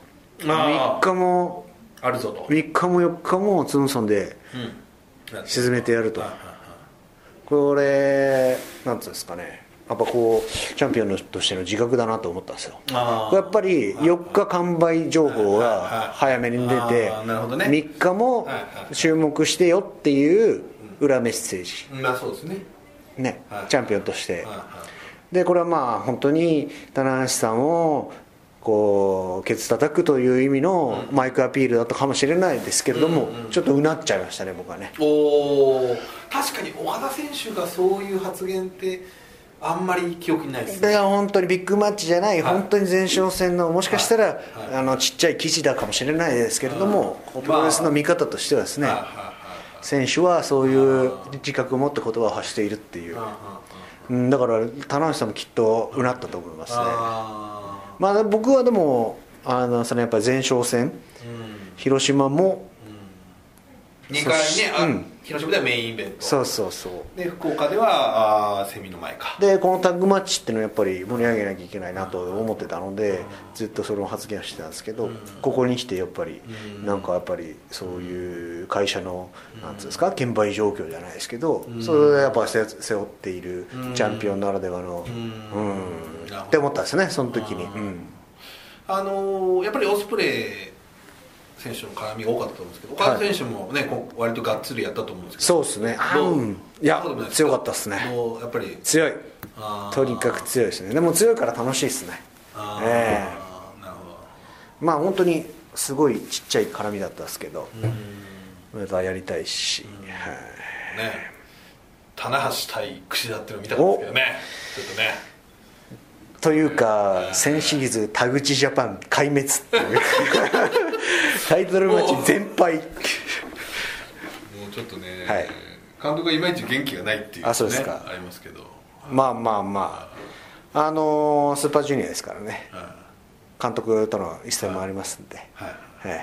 C: あ
B: 3
C: ー
B: 日も
C: あるぞと
B: 3日も4日もツンソンで
C: うん
B: 沈めてやると
C: はいはいはい
B: これなんつうんですかねやっぱこうチャンピオンとしての自覚だなと思ったんですよ
C: あー
B: やっぱり4日完売情報が早めに出て
C: あーなるほどね
B: 3日も注目してよっていう裏メッセージ
C: まあそうですね
B: ね
C: はい
B: チャンピオンとして
C: はいは
B: でこれはまあ本当に棚橋さんをこうケツ叩くという意味のマイクアピールだったかもしれないですけれども、ちょっとうなっちゃいましたね僕はね
C: おお確かに岡田選手がそういう発言ってあんまり記憶にないです
B: だか
C: ね
B: ら本当にビッグマッチじゃない、
C: はい
B: 本当に前哨戦のもしかしたら、
C: はい
B: あのちっちゃい記事だかもしれないですけれども、
C: うん
B: プロレスの見方としてはですね、
C: はいはい
B: 選手はそういう自覚を持って言葉を発しているっていう、
C: はいはい
B: うんだから棚橋さんもきっとうなったと思いますね、
C: あ
B: まあ、僕はでもあのそのやっぱり前哨戦
C: ーうん
B: 広島も
C: 2回ねあ
B: うん
C: 広島ではメインイベント
B: そうそうそう
C: で福岡ではあーセミの前か
B: でこのタッグマッチっていうのはやっぱり盛り上げなきゃいけないなと思ってたのでずっとそれを発言してたんですけど、ここに来てやっぱり、
C: うん
B: なんかやっぱりそういう会社のなんつうんですか券売状況じゃないですけど、
C: うん
B: それをやっぱ背背負っている
C: うん
B: チャンピオンならではの、
C: う
B: うんん
C: なるほど
B: って思ったんですねその時に、
C: あー
B: うん
C: あのーやっぱりオスプレイ選手の絡みが多かったと思うんですけど岡田選手もね、こう割とがっつりやったと思うんですけど
B: そうですねあー
C: どう
B: うんいや
C: そうでもないです
B: 強かったですね
C: もうやっぱり
B: 強い
C: あー
B: とにかく強いですねでも強いから楽しいですね
C: あー
B: え
C: なるほど
B: まあ本当にすごいちっちゃい絡みだったんですけど、またやりたいし、はい
C: ね棚橋対櫛田っていうの見たかったですけどねちょっとね
B: というか先シリーズ田口ジャパン壊滅っていう タイトルマッチ全敗
C: もうちょっとね、
B: はい
C: 監督がいまいち元気がないっていう,、ね、
B: あそうですか
C: ありますけど、
B: まあまあまああのースーパージュニアですからね
C: はい
B: 監督との一戦もありますんで、
C: はい
B: はい
C: これは面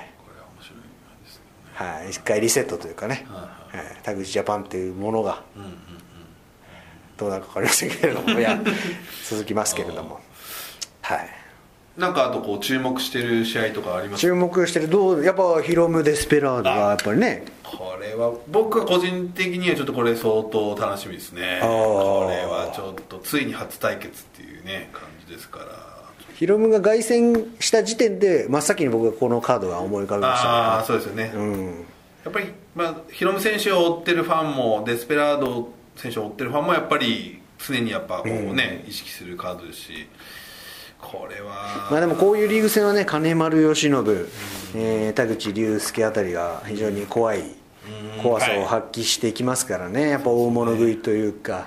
C: 白いですけ
B: はい、一回リセットというかね、
C: は
B: はい田口ジャパンっていうものが
C: どね、うんうん
B: どうなるか分かりませんけれどもいや続きますけれど もはい
C: うん、なんかあとこう注目してる試合とかあります
B: 注目してるどうやっぱヒロム・デスペラードがやっぱりね
C: これは僕は個人的にはちょっとこれ相当楽しみですね
B: あー
C: これはちょっとついに初対決っていうね感じですから
B: ヒロムが凱旋した時点で真っ先に僕はこのカードが思い浮かびました
C: ああーそうですよね、
B: ねうん
C: やっぱり、まあ、ヒロム選手を追ってるファンもデスペラード選手を追ってるファンもやっぱり常にやっぱこう、ね意識するカードですしこれは、
B: まあでもこういうリーグ戦はね金丸由伸、えー田口龍介あたりが非常に怖い
C: うん
B: 怖さを発揮していきますからねやっぱ大物食いというか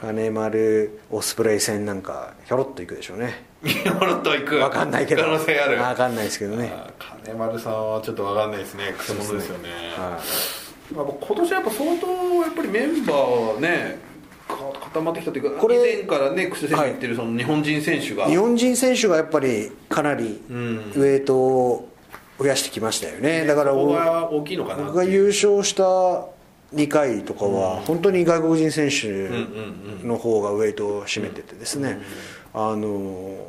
B: 金丸オスプレイ戦なんかひょろっといくでしょうね
C: 宮本と行く
B: 分かんないけど
C: 可能性ある
B: 分かんないですけどね
C: あー金丸さんはちょっと分かんないですねクソものですよね
B: は
C: まあ、今年はやっぱ相当やっぱりメンバーはねか固まってきたというか
B: これ
C: 以前からね櫛田選手に行ってるその日本人選手が、
B: い日本人選手がやっぱりかなりウ
C: ん
B: ェイトを増やしてきましたよねだから
C: そこが大きいのかな
B: 僕が
C: っていう
B: 優勝した2回とかは本当に外国人選手の方がウェイトを占めててですねあの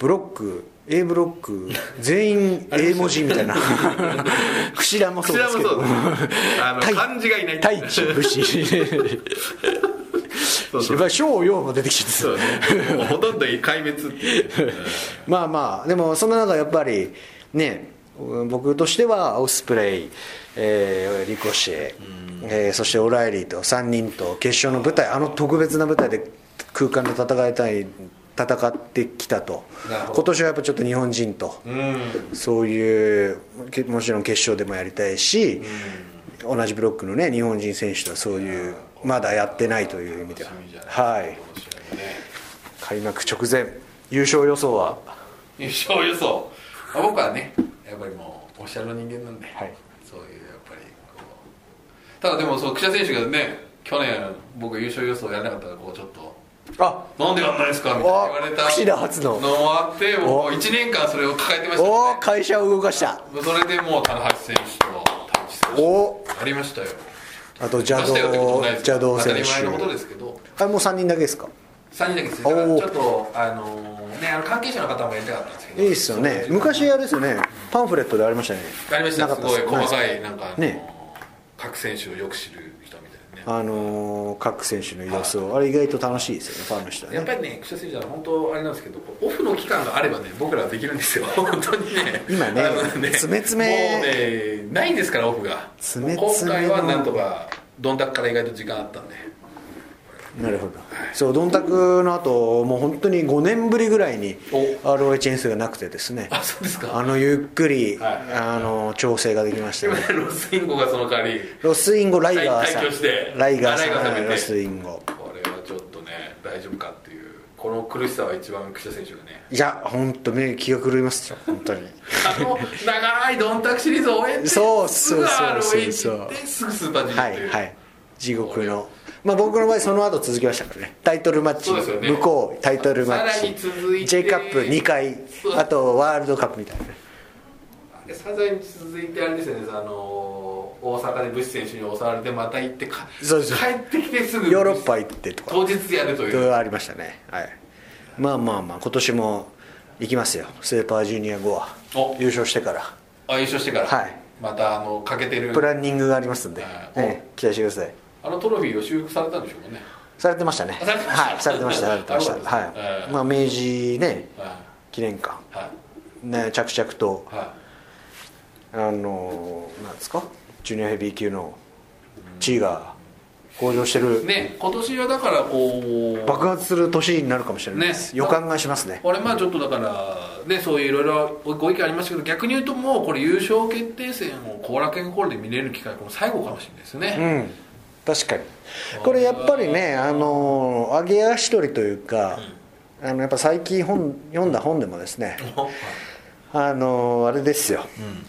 B: ブロック A ブロック全 員 A 文字みたいな櫛田もそうですけ
C: 櫛田
B: ど
C: もそうですあ の
B: 太
C: 漢字がいない
B: 太一武士
C: そうそう
B: やっぱり小陽も出てきて
C: そうね、もうほとんど壊滅っていう、
B: まあまあでもそんな中やっぱりねうん僕としてはオスプレイ、えーリコシェ、えーそしてオライリーと3人と決勝の舞台あの特別な舞台で空間で戦いたい戦ってきたと
C: なるほど
B: 今年はやっぱちょっと日本人と、そういうけもちろん決勝でもやりたいし、同じブロックのね日本人選手とはそういうまだやってないという意味では
C: 楽しみじゃない
B: はい
C: この試合もね
B: 開幕直前優勝予想は
C: 優勝予想、まあ、僕はねやっぱりもうオフィシャルの人間なんで、
B: はい
C: そういうやっぱりこうただでもそう櫛田選手がね去年僕優勝予想やらなかったらこうちょっと
B: あ
C: なんでやんないですかみたいな言われた
B: あ櫛田初の
C: のもあってもう1年間それを抱えてました
B: お
C: よ
B: お会社を動かした
C: ねそれでもう棚橋選手と田口選
B: お
C: 手
B: お
C: ありましたよ
B: あと邪
C: 出したよってことも
B: 道
C: ないです
B: 邪道
C: 当た
B: 選
C: り前のことで
B: 手
C: すけど
B: あもう3人だけですか
C: 3人だけですね
B: お
C: だ
B: ー
C: からちょっとあのーねあの関係者の方もやりたかったんですけ
B: い
C: ど
B: いっすよね昔あれですよねパンフレットでありましたね
C: ありました
B: な
C: す
B: か
C: ご
B: っ
C: い細
B: たっ
C: かいなんかあのー、
B: ね
C: 各選手をよく知る人みたいなね
B: あのー各選手の様子をあれ意外と楽しいですよねファンの人は
C: やっ
B: ね
C: ぱりね、櫛田選手は本当あれなんですけど、オフの期間があればね、僕らはできるん ですよ、本当にね、
B: 今ね
C: あの
B: つめつめ
C: もうね、ないんですから、オフが、
B: つめつめの
C: 今回はなんとか、どんだっから意外と時間あったんで、
B: なるほどそうどんたくの後もう本当に5年ぶりぐらいに
C: お
B: ROH 遠征がなくてですね
D: あそうですか
B: あのゆっくり、
D: はい
B: あの調整ができま した
D: 今
B: ね
D: ねロスインゴがその代わり
B: ロスインゴライガーさ
D: 退去して
B: んライガー
D: あ
B: さん
D: ライガーさん見て
B: ロスインゴ
D: これはちょっとね大丈夫かっていうこの苦しさは一番櫛田選手がね
B: いや本当目気が狂いますよ本当に
D: あの長いドンタクシリーズを終えて
B: そうそうそう
D: すぐ
B: そうそう
D: ROH 行ってすぐスーパージュニア
B: は
D: ってい
B: いうはい地獄のまあ僕の場合その後続きましたからねタイトルマッチ、
D: そうですよね
B: 向こうタイトルマ
D: さらに続い
B: ッチ
D: て
B: J カップ2回
D: そう
B: あとワールドカップみたいな
D: でサザエに続いてあれですよねあの大阪でブシ選手に襲われてまた行ってか
B: そうです
D: 帰ってきてすぐ
B: ヨーロッパ行ってとか
D: 当日やるという
B: とありましたねはいまあまあまあ今年も行きますよスーパージュニア5は
D: お
B: 優勝してから
D: あ優勝してから、
B: はい
D: またあの欠けてる
B: プランニングがありますんで
D: あ、ー
B: ええ期待してください
D: あのトロフィーを修復されたんでしょうかね
B: されてましたね
D: されてました
B: はいされてましたされてまし
D: あそ
B: た
D: うですか
B: は
D: え
B: い
D: え
B: まあ明治ね
D: は
B: 記念館
D: いは
B: ね着々と
D: いは
B: あのーなんですかジュニアヘビー級の地位が向上してる、
D: いね今年はだからこう
B: 爆発する年になるかもしれないです、
D: ね
B: 予感がしますね
D: 俺まあちょっとだからねそういういろいろご意見ありましたけど逆に言うともうこれ優勝決定戦を後楽園ホールで見れる機会この最後かもしれないですね、
B: うん確かにこれやっぱりねあのー上げ足取りというか、あのやっぱ最近本読んだ本でもですね、あのーあれですよ、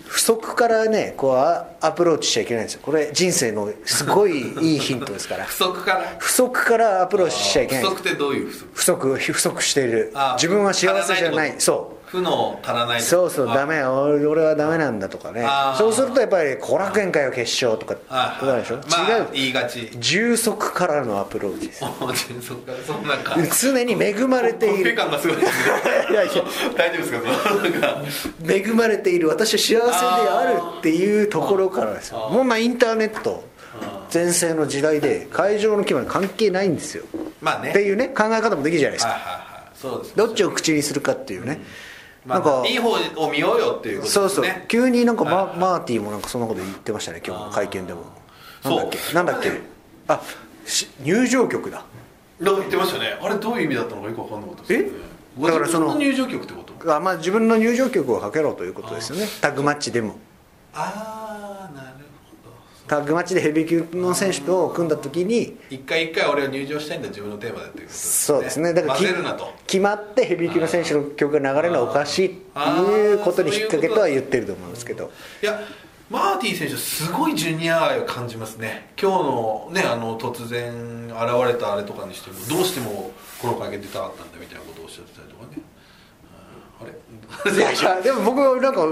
B: 不足からねこうあアプローチしちゃいけないんですよこれ人生のすごいいいヒントです から
D: 不足から
B: 不足からアプローチしちゃいけない
D: 不足ってどういう不足
B: 不足不足している
C: あー
B: 自分は幸せじゃない
C: 足らないってこと
B: そ
C: 負の足らないう
B: そうそう
C: あ
B: ダメ俺俺はダメなんだとかね
C: あー
B: そうするとやっぱり後楽園会を決勝とか
C: あ
B: とかでしょ、
C: まあ
B: 違う
C: 言いがち
B: 重足からのアプローチです
D: そっかそんなんか
B: 常に恵まれてい
D: ペ
B: る
D: 感がすごいですね
B: いやいや
D: 大丈夫ですかそのなんか
B: 恵まれている私は幸せであるっていうところからですよもうまあインターネット全盛の時代で会場の規模に関係ないんですよ
C: まあ
B: っ
C: ね
B: ていうね考え方もできるじゃないです
C: はい
B: か
C: はいはいそうです
B: どっちを口にするかっていうね
C: ま
B: な
C: あ
B: んか
C: いい方を見ようよっていうことです
B: そ
C: ね
B: うそう急になんかママーティーもなんかそんなこと言ってましたね今日の会見でも
C: あ
B: なんだ
C: ー
B: っけ
C: そう
B: なんだっけあし入場曲だ
D: なんか言ってましたねあれどういう意味だったのかよく分かんなかったですね
B: えだからその
D: ご自分入場曲ってこと
B: あまあ自分の入場曲をかけろということですよねタッグマッチでも
C: ああなるほど
B: タッグマッチでヘビー級の選手と組んだ時に
C: 一回一回俺は入場したいんだ自分のテーマだということですね
B: そうですねだからき
C: 混ぜるなと
B: 決まってヘビー級の選手の曲が流れるのはおかしいっていうことに引っ掛けとは言ってると思うんですけど
C: いやマーティ選手すごいジュニア愛を感じますね今日のねあの突然現れたあれとかにしてもどうしてもこの会見出たかったんだみたいなことをおっしゃってたりとかねうんあれ
B: いやいやでも僕なんか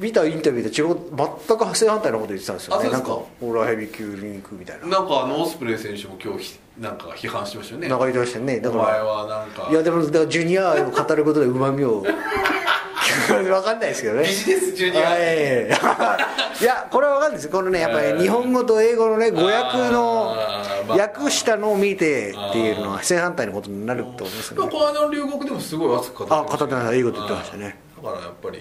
B: 見たインタビューで違う全く正反対のこと言ってたんですよ
C: あそ
B: ね
C: うで
B: な
C: す
B: ん
C: か
B: か俺はヘビー級に行くみたいな
C: なんかあのオスプレイ選手も今日ひなんか批判してましたよね
B: 流れてましたよねだ
C: お
B: か
C: 前
B: ら
C: はなんか
B: いやでもだからジュニア愛を語ることでうまみを わかんないですけどね
D: ビジネスジュニア
B: はいいやこれはわかんないですこのねやっぱり日本語と英語のね語訳の
D: あーまあ
B: 訳したのを見てっていうのは正反対のことになると思うんです
C: で
B: よ
C: も
B: ね
C: この間の留国でもすごい熱く語って
B: あ
C: まし
B: 語
C: た
B: ってましたいいこと言ってましたね
C: だからやっぱり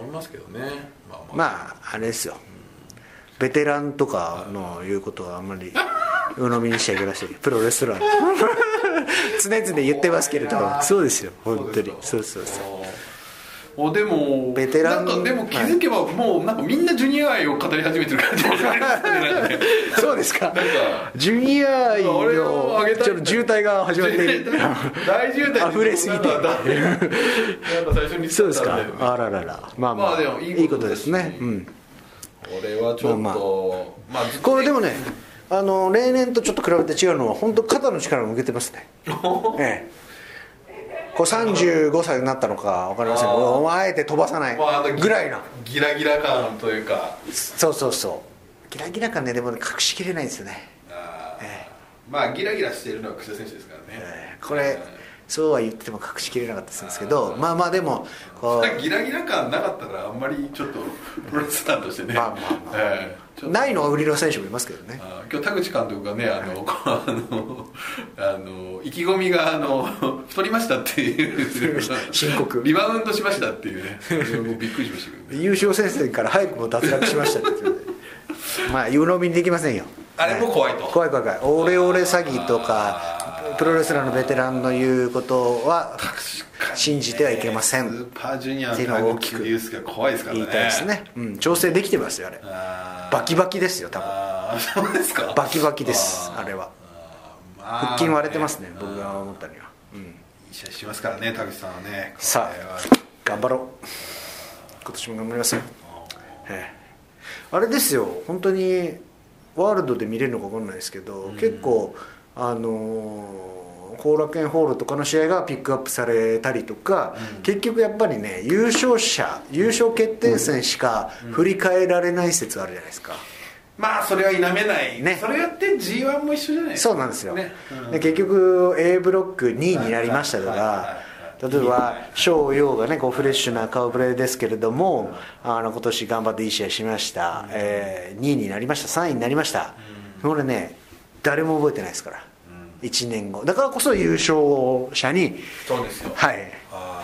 C: 思いますけどねまあまあ、
B: まああれですよベテランとかの言うことはあんまり鵜呑みにしちゃいけないしプロレスラー 常々言ってますけれどそうですよ本当にそうそうそう
C: おおでも
B: ベテラン
C: なんかでも気づけばもうなんかみんなジュニア愛を語り始めてる感じがするなんかね
B: そうですかジュニア愛
C: 俺を
B: の
C: あげたい
B: ちょっと渋滞が始まってい る
C: 大渋滞
B: 溢れすぎて
C: なんか なんか最初に言ってたんだよね
B: そうですかあらららまあま
C: まあ
B: あ
C: でもいいこと
B: いいことです
C: です
B: ね
C: し
B: うん
C: 俺はちょっと
B: まあ
C: まあずっと
B: これでもねあの例年とちょっと比べて違うのは本当肩の力を向けてます ねええこう35歳になったのか分かりませんけどあえて飛ばさない
C: まああの
B: ぐらいな
C: ギラギラ感というか
B: そうそうそうギラギラ感ねでもね隠しきれないんですよね、
C: あー
B: え
C: まあギラギラしているのは櫛田選手ですからね
B: ええこれそうは言っても隠しきれなかったんですけどまあまあでも こう
C: ギラギラ感なかったらあんまりちょっとプロレスラーとしてね
B: まあまあまあ
C: ええちょっと
B: ないのは売りの選手もいますけどね
C: あー今日田口監督がねあの、こうあのあの意気込みがあの 太りましたっていう
B: 深刻
C: リバウンドしましたっていう ねもうびっくりしましたけどね
B: 優勝戦線から早くも脱落しましたっていうね まあ湯飲みにできませんよ
C: あれも怖いと
B: 怖い怖い怖いオレオレ詐欺とかプロレスラーのベテランの言うことは信じてはいけません
C: スーパージュニア
B: っていうのは大きく
C: ユースが怖いですからね
B: 言いたいですね、うん、調整できてますよあれ
C: あー
B: バキバキですよ多分
C: あーそうですか
B: バキバキですあれは腹筋割れてますね
C: 僕
B: 僕が思ったには、うん、
C: いい試合しますからね田口さんはね
B: さ
C: これは
B: あ頑張ろう 今年も頑張りますよ、ええあれですよ本当にワールドで見れるのか分かんないですけど、結構あのー後楽園ホールとかの試合がピックアップされたりとか、結局やっぱりね優勝者優勝決定戦しか振り返られない説あるじゃないですか、
C: まあそれは否めない、
B: ね
C: それやって g 1も一緒じゃない
B: そうなんですよ、
C: ねうん
B: で結局 A ブロック2位になりましたと
C: はい
B: か
C: は
B: 例
C: い
B: え
C: は
B: ば
C: い
B: 翔陽がねこうフレッシュな顔ぶれですけれども、あの今年頑張っていい試合しました、え2位になりました3位になりました、これね誰も覚えてないですから、1年後だからこそ優勝者に、
C: そうですよあ
B: は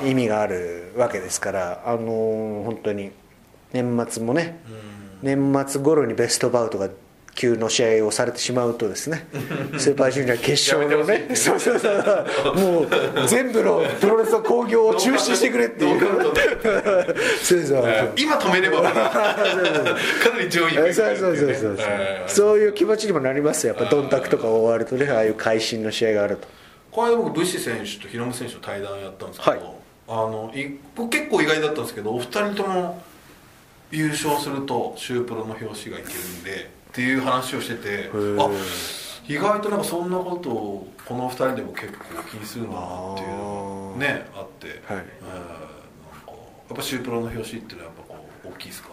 B: い、意味があるわけですから、あのー本当に年末もね、年末頃にベストバウトが級の試合をされてしまうとです ねスーパージュニア決勝の
C: やめて
B: ね
C: ほしい
B: そうそうそうもう全部のプロレスの興行を中止してくれって いう
C: ノーカウント
B: そうそう そう
C: 今止めればかなり上位に
B: そ
C: 来
B: う
C: る
B: そうそうそうそう
C: はいはい
B: そういう気持ちにもなりますよやっぱドンタクとか終わるとねああいう会心の試合があると
D: これ僕武士選手とヒロム選手と対談やったんですけど、
B: はい
D: あのい僕結構意外だったんですけどお二人とも優勝するとシュープロの表紙がいけるんでっていう話をしててあ意外となんかそんなことをこの二人でも結構気にするんだなっていうのがねあって、
B: はい
D: えーなんかやっぱシュープロの表紙っていうのはやっぱこう大きいですか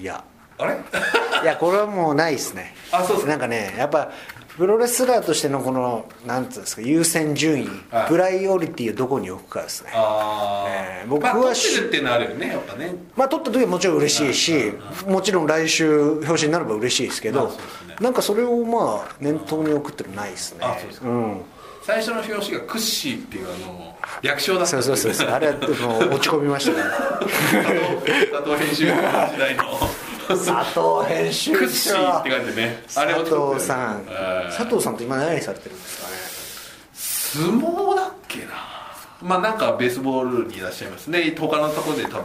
B: いや
D: あれ
B: いやこれはもうないですね
D: あそうですか
B: なんかねやっぱプロレスラーとしてのこのなんていうんですか優先順位、
C: はい
B: プライオリティをどこに置くかですね
C: ああ、
B: えー僕は
C: まあ、取ってるっていうのはあるよねやっぱね
B: まあ取った時はもちろん嬉しいしもちろん来週表紙になれば嬉しいですけど、
C: まあそうですね
B: なんかそれをまあ念頭に置くっていうのはないですね
C: あそうですか
B: ん
C: 最初の表紙がクッシーっていうあの略称だった
B: そうそうそうそうあれはもう落ち込みましたか
C: 佐藤編集部の時代の
B: ら佐藤編集
C: ク
B: 長
C: ッシーって感じでねあれを作ってる
B: 佐藤さん
C: えー
B: 佐藤さんって今何されてるんですかね
C: 相撲だっけなまあなんかベースボールにいらっしゃいますね他のところで多分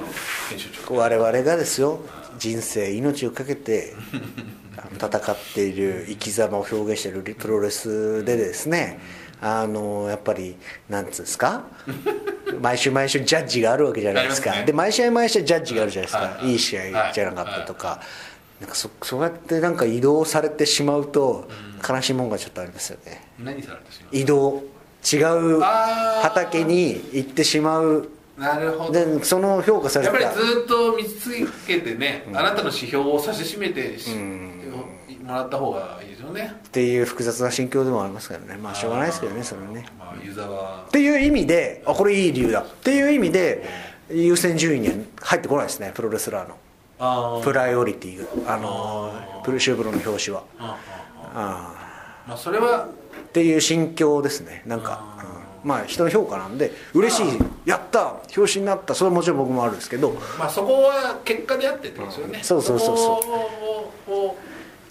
C: 編集長
B: 我々がですよ人生命をかけてあの戦っている生き様を表現しているプロレスでですねあのやっぱりなんつうんですか毎週毎週ジャッジがあるわけじゃないですか
C: ありますね
B: で毎試合毎試合ジャッジがあるじゃないですか、
C: はい
B: い、い試合じゃなかったとか、なんかそそうやってなんか移動されてしまうと悲しいもんがちょっとありますよね
C: 何されてしま
B: 移動違う
C: あー
B: 畑に行ってしまう
C: うなるほどやっ
B: でその評価された
C: ぱりずっと見続けてね、あなたの指標を差し示めてしもらった方がいいですよね
B: っていう複雑な心境でもありますけどねまあしょうがないですけどねそれはね
C: まあユーザーは
B: っていう意味であこれいい理由だっていう意味で優先順位には入ってこないですねプロレスラーの
C: あー
B: プライオリティがあのプルシューブロの表紙は
C: あ
B: あ
C: まあそれは
B: ーっていう心境ですねなんか、うんまあ人の評価なんで嬉しいやった表紙になったそれはもちろん僕もあるんですけど
C: まあそこは結果であってってことですよね、
B: そうそうそうそう
C: こををを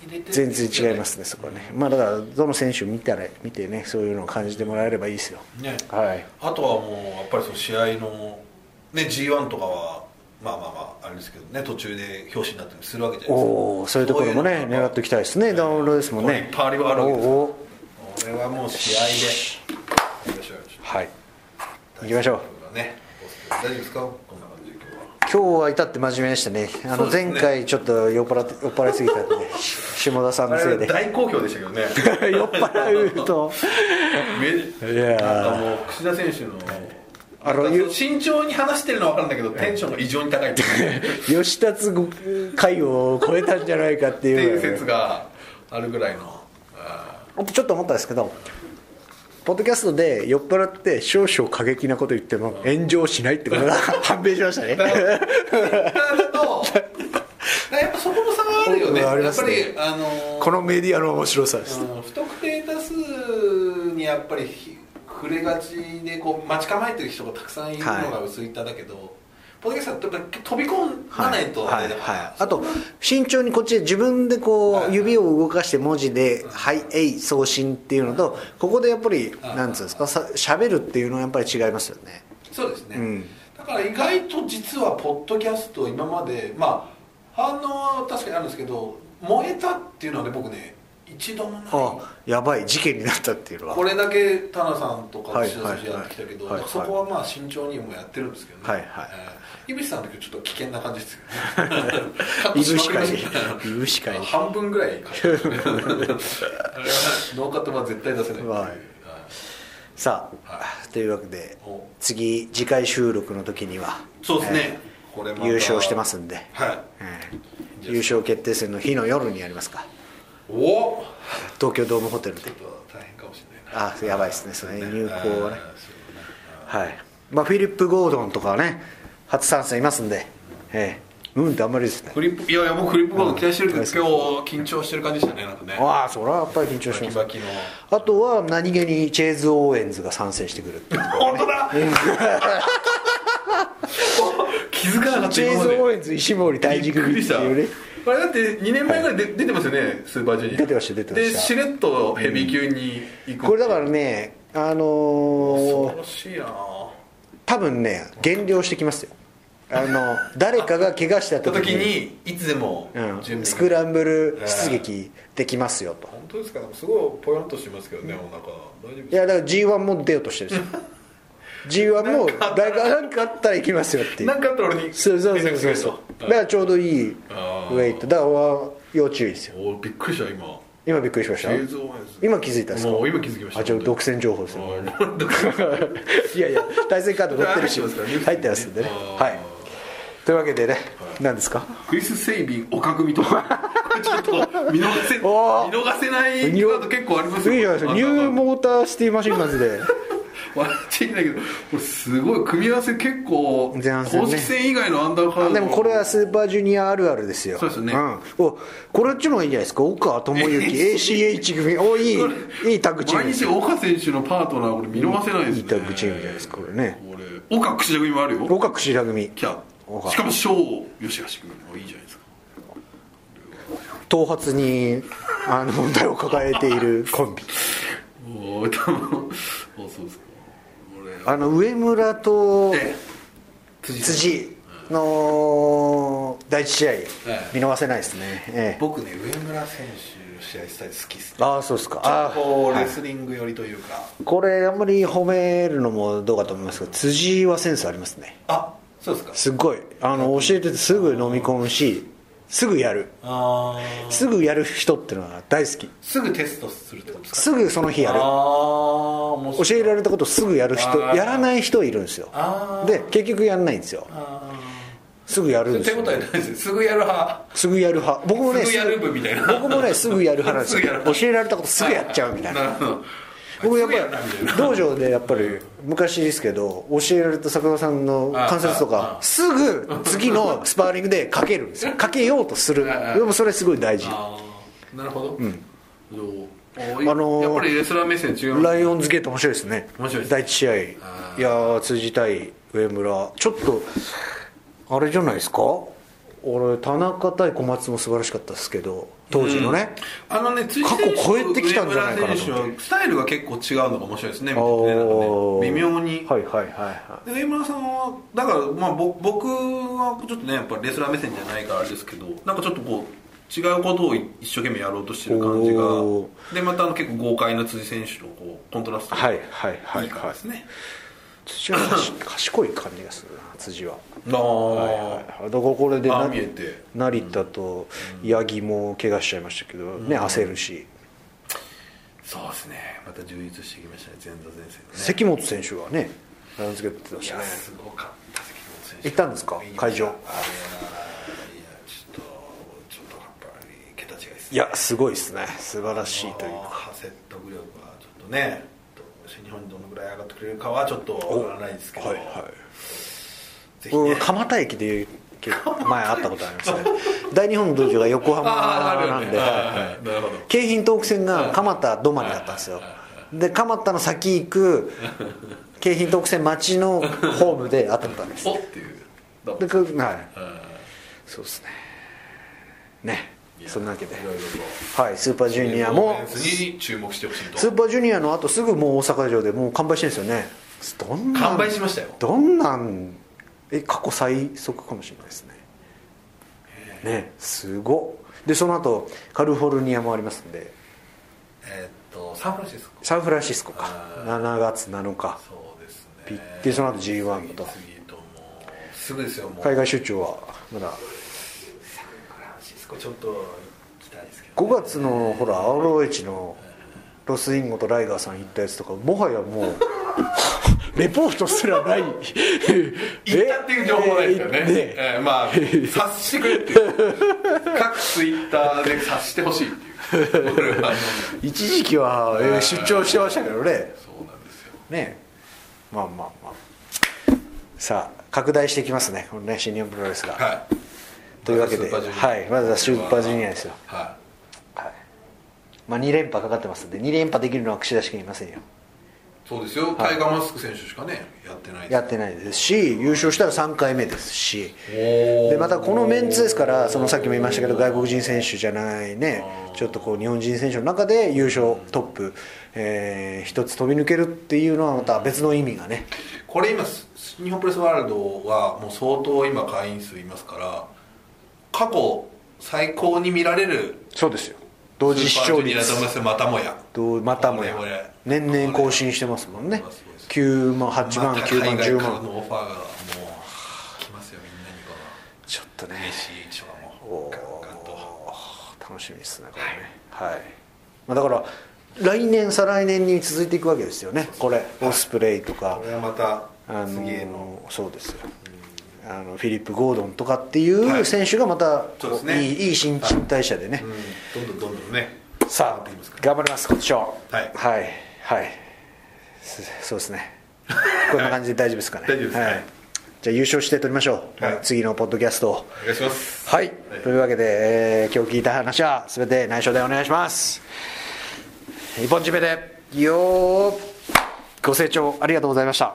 C: 入れて
B: 全然違いますねそこはねまあだからどの選手を見たら見てねそういうのを感じてもらえればいいですよ
C: ね
B: はい
C: あとはもうやっぱりその試合の、ね、g 1とかはまあまあまああれですけどね途中で表紙になったりするわけじゃないですか
B: おおそういうところもね狙っていきたいですねダウンロードですもん
C: これい
B: ね
C: っぱいあるわあるわけです
B: おうおう
C: これはもう試合でよいしょよいしょ
B: はい行きましょう
C: ね大丈夫ですかこんな感じで今日は
B: 今日は至って真面目でしたねあ
C: そ
B: の
C: うですね
B: 前回ちょっと酔っ払って酔っ払いすぎたん でね下田さんの
C: あ
B: せい
C: れ
B: で
C: 大好評でしたけどね
B: 酔っ払うと
C: め
B: いやー
C: なんかもう櫛田選手の
B: あの
C: なんか慎重に話してるのは分かるんだけどテンションが異常に高いっ ていうって
B: 吉達会を超えたんじゃないかって
C: いう
B: いう
C: 説があるぐらいのあ
B: あとちょっと思ったんですけどポッドキャストで酔っ払って少々過激なこと言っても炎上しないってことが 判明しましたね
C: ーなるとやっぱそこの差があるよね
B: あり
C: や
B: ま
C: っ
B: す
C: ぱ
B: ね
C: りあのー
B: このメディアの面白さです
C: うん不特定多数にやっぱりひ触れがちでこう待ち構えてる人がたくさんいるのが薄いただけど、ポッドキャストはやっぱ飛び込まないと、
B: はい
C: あれだから
B: はいあと慎重にこっちで自分でこ
C: はいう
B: 指を動かして文字で「はいえい送信」っていうのとここでやっぱりなんつうんですかさ喋るっていうのはやっぱり違いますよね
C: そうですね、
B: うん
C: だから意外と実はポッドキャスト今までまあ反応は確かにあるんですけど燃えたっていうのはね僕ね一度もない
B: あやばい事件になったっていうのは
C: これだけ田名さんとか
B: はい
C: 土田さんやってきたけど、
B: はいはい
C: そこはまあ慎重にもやってるんですけどね、
B: はいはい
C: えー井口さんの時ちょっと危険な感じですよ ね
B: いぶしかい
C: カットしまくりました
B: いぶしかい
C: 半分ぐらいカットしてるあれはノーカット版絶対出せないっていう
B: はい
C: はい
B: さ
C: は
B: あというわけで
C: お
B: 次次回収録の時には
C: そうですね
B: えー
C: これまた
B: 優勝してますんで、
C: はい
B: えー優勝決定戦の日の夜にやりますか
C: おっ
B: 東京ドームホテルで
C: 大変かもしれないな
B: あやばいですねそれ入校はね
C: あーそうだね
B: はい、まあ、フィリップ・ゴードンとかはね初参戦いますんで、ええうんってあんまりですね
C: フリップいやいや僕フリップボード期待してるけど、
B: うん
C: 今日緊張してる感じでしたねなんかね
B: ああそれはやっぱり緊張
C: バ
B: し
C: キ
B: ます
C: バキの
B: あとは何気にチェーズ・オーエンズが参戦してくるっていう
C: 本当だ 気づかなかった
B: チェー
C: 今
B: ズ・
C: まで
B: オーエンズ石森大事組っていうね
C: あれだって2年前ぐらいで出てますよねスーパージュニア
B: 出てました出てました
C: でしれっとヘビー級に行く
B: これだからねあの
C: 恐
B: ー
C: ろ、しいな
B: 多分ね減量してきますよあの誰かが怪我した
C: た
B: 時
C: 時
B: に、
C: にいつでも準
B: う
C: 備
B: ん、スクラ
C: ン
B: ンブル出撃できますよと
C: 本当ですかすごいぽよんとしますけどねお腹大丈夫
B: いやだから G1 も出ようとしてるんです よ G1 も誰か何かあったら行きますよっていう
C: なんかあったら俺に
B: そうそうそうそうだからちょうどいいウ
C: あー
B: ェイトだから要注意ですよ
C: おびっくりした今
B: 今びっくりしました
C: 映像前です
B: 今気づいたんですか
C: もう今気づきました
B: あちょっと独占情報ですよ
C: あ独占
B: いやいや対戦カード載ってるし
C: 入ってますからね
B: 入ってますんでね
C: あー
B: はいというわけでね何ですか
C: クリス・セイビンおか組とかこれちょっと見逃せ見
B: おー
C: 逃せないキーワード結構ありますよ
B: いいじゃないですかニューモーターシティマシンガンズで
C: 笑っちゃいけないけどこれすごい組み合わせ結構、
B: 前半戦ね
C: 公式戦以外のアンダーカード
B: でもこれはスーパージュニアあるあるですよ
C: そうですね
B: ん、おこれっちの方がいいんじゃないですか岡智之 ACH 組おいいいいタッグチーム
C: 毎
B: です
C: 日
B: よ
C: 岡選手のパートナーこれ見逃せないですね
B: いいタッグチームじゃないですかこれね
C: これ岡櫛田組もあるよ
B: 岡櫛田組
C: キャ
B: 岡
C: しかも翔吉橋組もいいじゃないですか
B: 頭髪にあの問題を抱えているコンビ
C: おお多分おそうですかこれ
B: あの上村と
C: え辻さん
B: 辻の第一試合
C: え
B: 見逃せないですね、ええ、
C: 僕ね上村選手の試合スタイル好きっすね
B: ああそうですかあ
C: こう
B: ー
C: レスリング寄りというか、
B: これあんまり褒めるのもどうかと思いますけど辻はセンスありますね
C: あそうですか
B: すっごいあの教えててすぐ飲み込むしすぐやる
C: あー
B: すぐやる人ってのは大好き
C: すぐテストするってことですか
B: すぐその日やる
C: ああ面白い
B: 教えられたことすぐやる人
C: あー
B: やらない人いるんですよ
C: あー
B: で結局やんないんですよ
C: あ
B: すぐやるん
C: ー
B: で
C: 手
B: す
C: 応
B: よ
C: えないですよすぐやる派
B: すぐやる派僕もね
C: すぐやる部みたいな
B: 僕もねすぐやる派なんです
C: すぐやる
B: よ教えられたことすぐやっちゃうみたい
C: なる
B: な
C: ほど
B: 僕やっ
C: すぐや
B: ぱ
C: るなみたい
B: り
C: な
B: 道場でやっぱり昔ですけど教えられた坂田さんの関節と
C: ああ
B: か
C: あ
B: すぐ次のスパーリングでかけるんですよかけようとする
C: ああ
B: でもそれすごい大事
C: あーなるほどうん
B: あのー
C: やっぱりレスラー目線違う
B: ライオンズゲート面白いですね
C: 面白いです
B: 第一試合い
C: あ
B: やー辻対上村ちょっとあれじゃないですか俺田中対小松も素晴らしかったですけど当時のね、
C: あのね辻
B: 過去
C: 選手と
B: 超えてきたんじゃないかなと思って
C: 上村選手はスタイルが結構違うのが面白いですね見ててねなんか
B: おー
C: ね微妙に
B: はいはいはいはい
C: で上村さんはだから、まあ、ぼ僕はちょっとねやっぱレスラー目線じゃないからあれですけどなんかちょっとこう違うことを一生懸命やろうとしてる感じが
B: お
C: でまたあの結構豪快な辻選手とこうコントラストが
B: はいはいはい
C: いいからですね、
B: 土は賢賢い感じがするな辻は
C: ああ、
B: はいだからこれで
C: あ
B: な
C: 見えて
B: 成田と八木も怪我しちゃいましたけどね焦るし
C: そうですねまた充実してきましたね前座前線のね
B: 関本選手はねライオンズゲート出てま
C: い
B: した
C: や
B: ね
C: すごかった関本選手
B: 行ったんですか
C: いや
B: 会場
C: あれはいやちょっとちょっとやっぱり桁違いですね
B: いやすごいですね素晴らしいというか
C: 説得力はちょっとね新日本にどのぐらい上がってくれるかはちょっとわからないですけど、
B: はいはい
C: ぜひ
B: 僕
C: ね
B: 蒲田駅で結構前会ったことあり ますね大日本の道場が横浜
C: あーあるよ
B: な
C: ね
B: んではいはい
C: はいなるほど
B: 京浜東北線が蒲田止まりだったんですよで蒲田の 先行く京浜東北線町のホームで会ったことあります
C: おっていうだもん
B: でくはい
C: うん
B: そうですねね
C: いや
B: そんなわけで
C: いろいろ
B: はいスーパージュ
C: と
B: ニアも
C: エンスに注目してほしいと
B: スーパージュニアの後すぐもう大阪城でもう完売してるんですよねどんなん
C: 完売しましたよ
B: どんなんえ過去最速かもしれないですねねすごっでその後カリフォルニアもありますんで
C: えーっとサンフランシスコ
B: サンフランシスコか
C: あー
B: 7月7日
C: そうです
B: ピ
C: ね
B: ッでその後 G1 と
C: 次々ともうすぐですよもう
B: 海外出張はまだ
C: サンフランシスコちょっと行きたいですけど
B: 5月のほら ROH のロスインゴとライガーさん行ったやつとかもはやも うレポートすらない
C: 行ったっていう情報ないですよね
B: え
C: ええまあ察してくれっ ていう各ツイッターで察してほしいっていう俺はあの
B: 一時期はえー出張してましたけどね
C: そうなんですよ
B: ねまあまあまあさあ拡大していきますねこのね新日本プロレスが、
C: はい
B: というわけで
C: まずはスーパージュ
B: は
C: ニア
B: いまずはスーパージュニアですよ
C: は
B: はいまあ、2連覇かかってますんで2連覇できるのは櫛田しかいませんよ
C: いそうですよタイガーマスク選手しかねやってないです
B: やってないですし優勝したら3回目ですし
C: おー
B: でまたこのメンツですからそのさっきも言いましたけど外国人選手じゃないねちょっとこう日本人選手の中で優勝トップ、えー一つ飛び抜けるっていうのはまた別の意味がね
C: これ今す日本プロレスワールドはもう相当今会員数いますから過去最高に見られる
B: そうですよ同時視聴率
C: スーパージュニアと思いますまたもや
B: どうまたもや
C: これこれ
B: 年々更新してますもんね
C: これこれ
B: 9万8万
C: また
B: 9万
C: 海外
B: 10
C: からの
B: 万
C: オファーがもう来ますよみんなにこ
B: ちょっとね
C: の ACH はも
B: お
C: う
B: ー
C: ガンガンと
B: 楽しみですねこれねはい、まあ、だから来年再来年に続いていくわけですよねこれオスプレイとか
C: これはまた
B: あの
C: 次への
B: そうですよあのフィリップ・ゴードンとかっていう選手がまた、
C: そうですね
B: いいいい新陳代謝でね、
C: うんどんどんどんどんね
B: さあ
C: きますか
B: 頑張ります今年は
C: はい
B: はい、はいすそうですね こんな感じで大丈夫ですかね
C: 大丈夫です
B: は
C: はいい、
B: じゃあ優勝して取りましょう、
C: はい
B: 次のポッドキャストを
C: お願いします
B: はい、
C: はい
B: というわけで、えー今日聞いた話は全て内緒でお願いします一本締めでよーご清聴ありがとうございました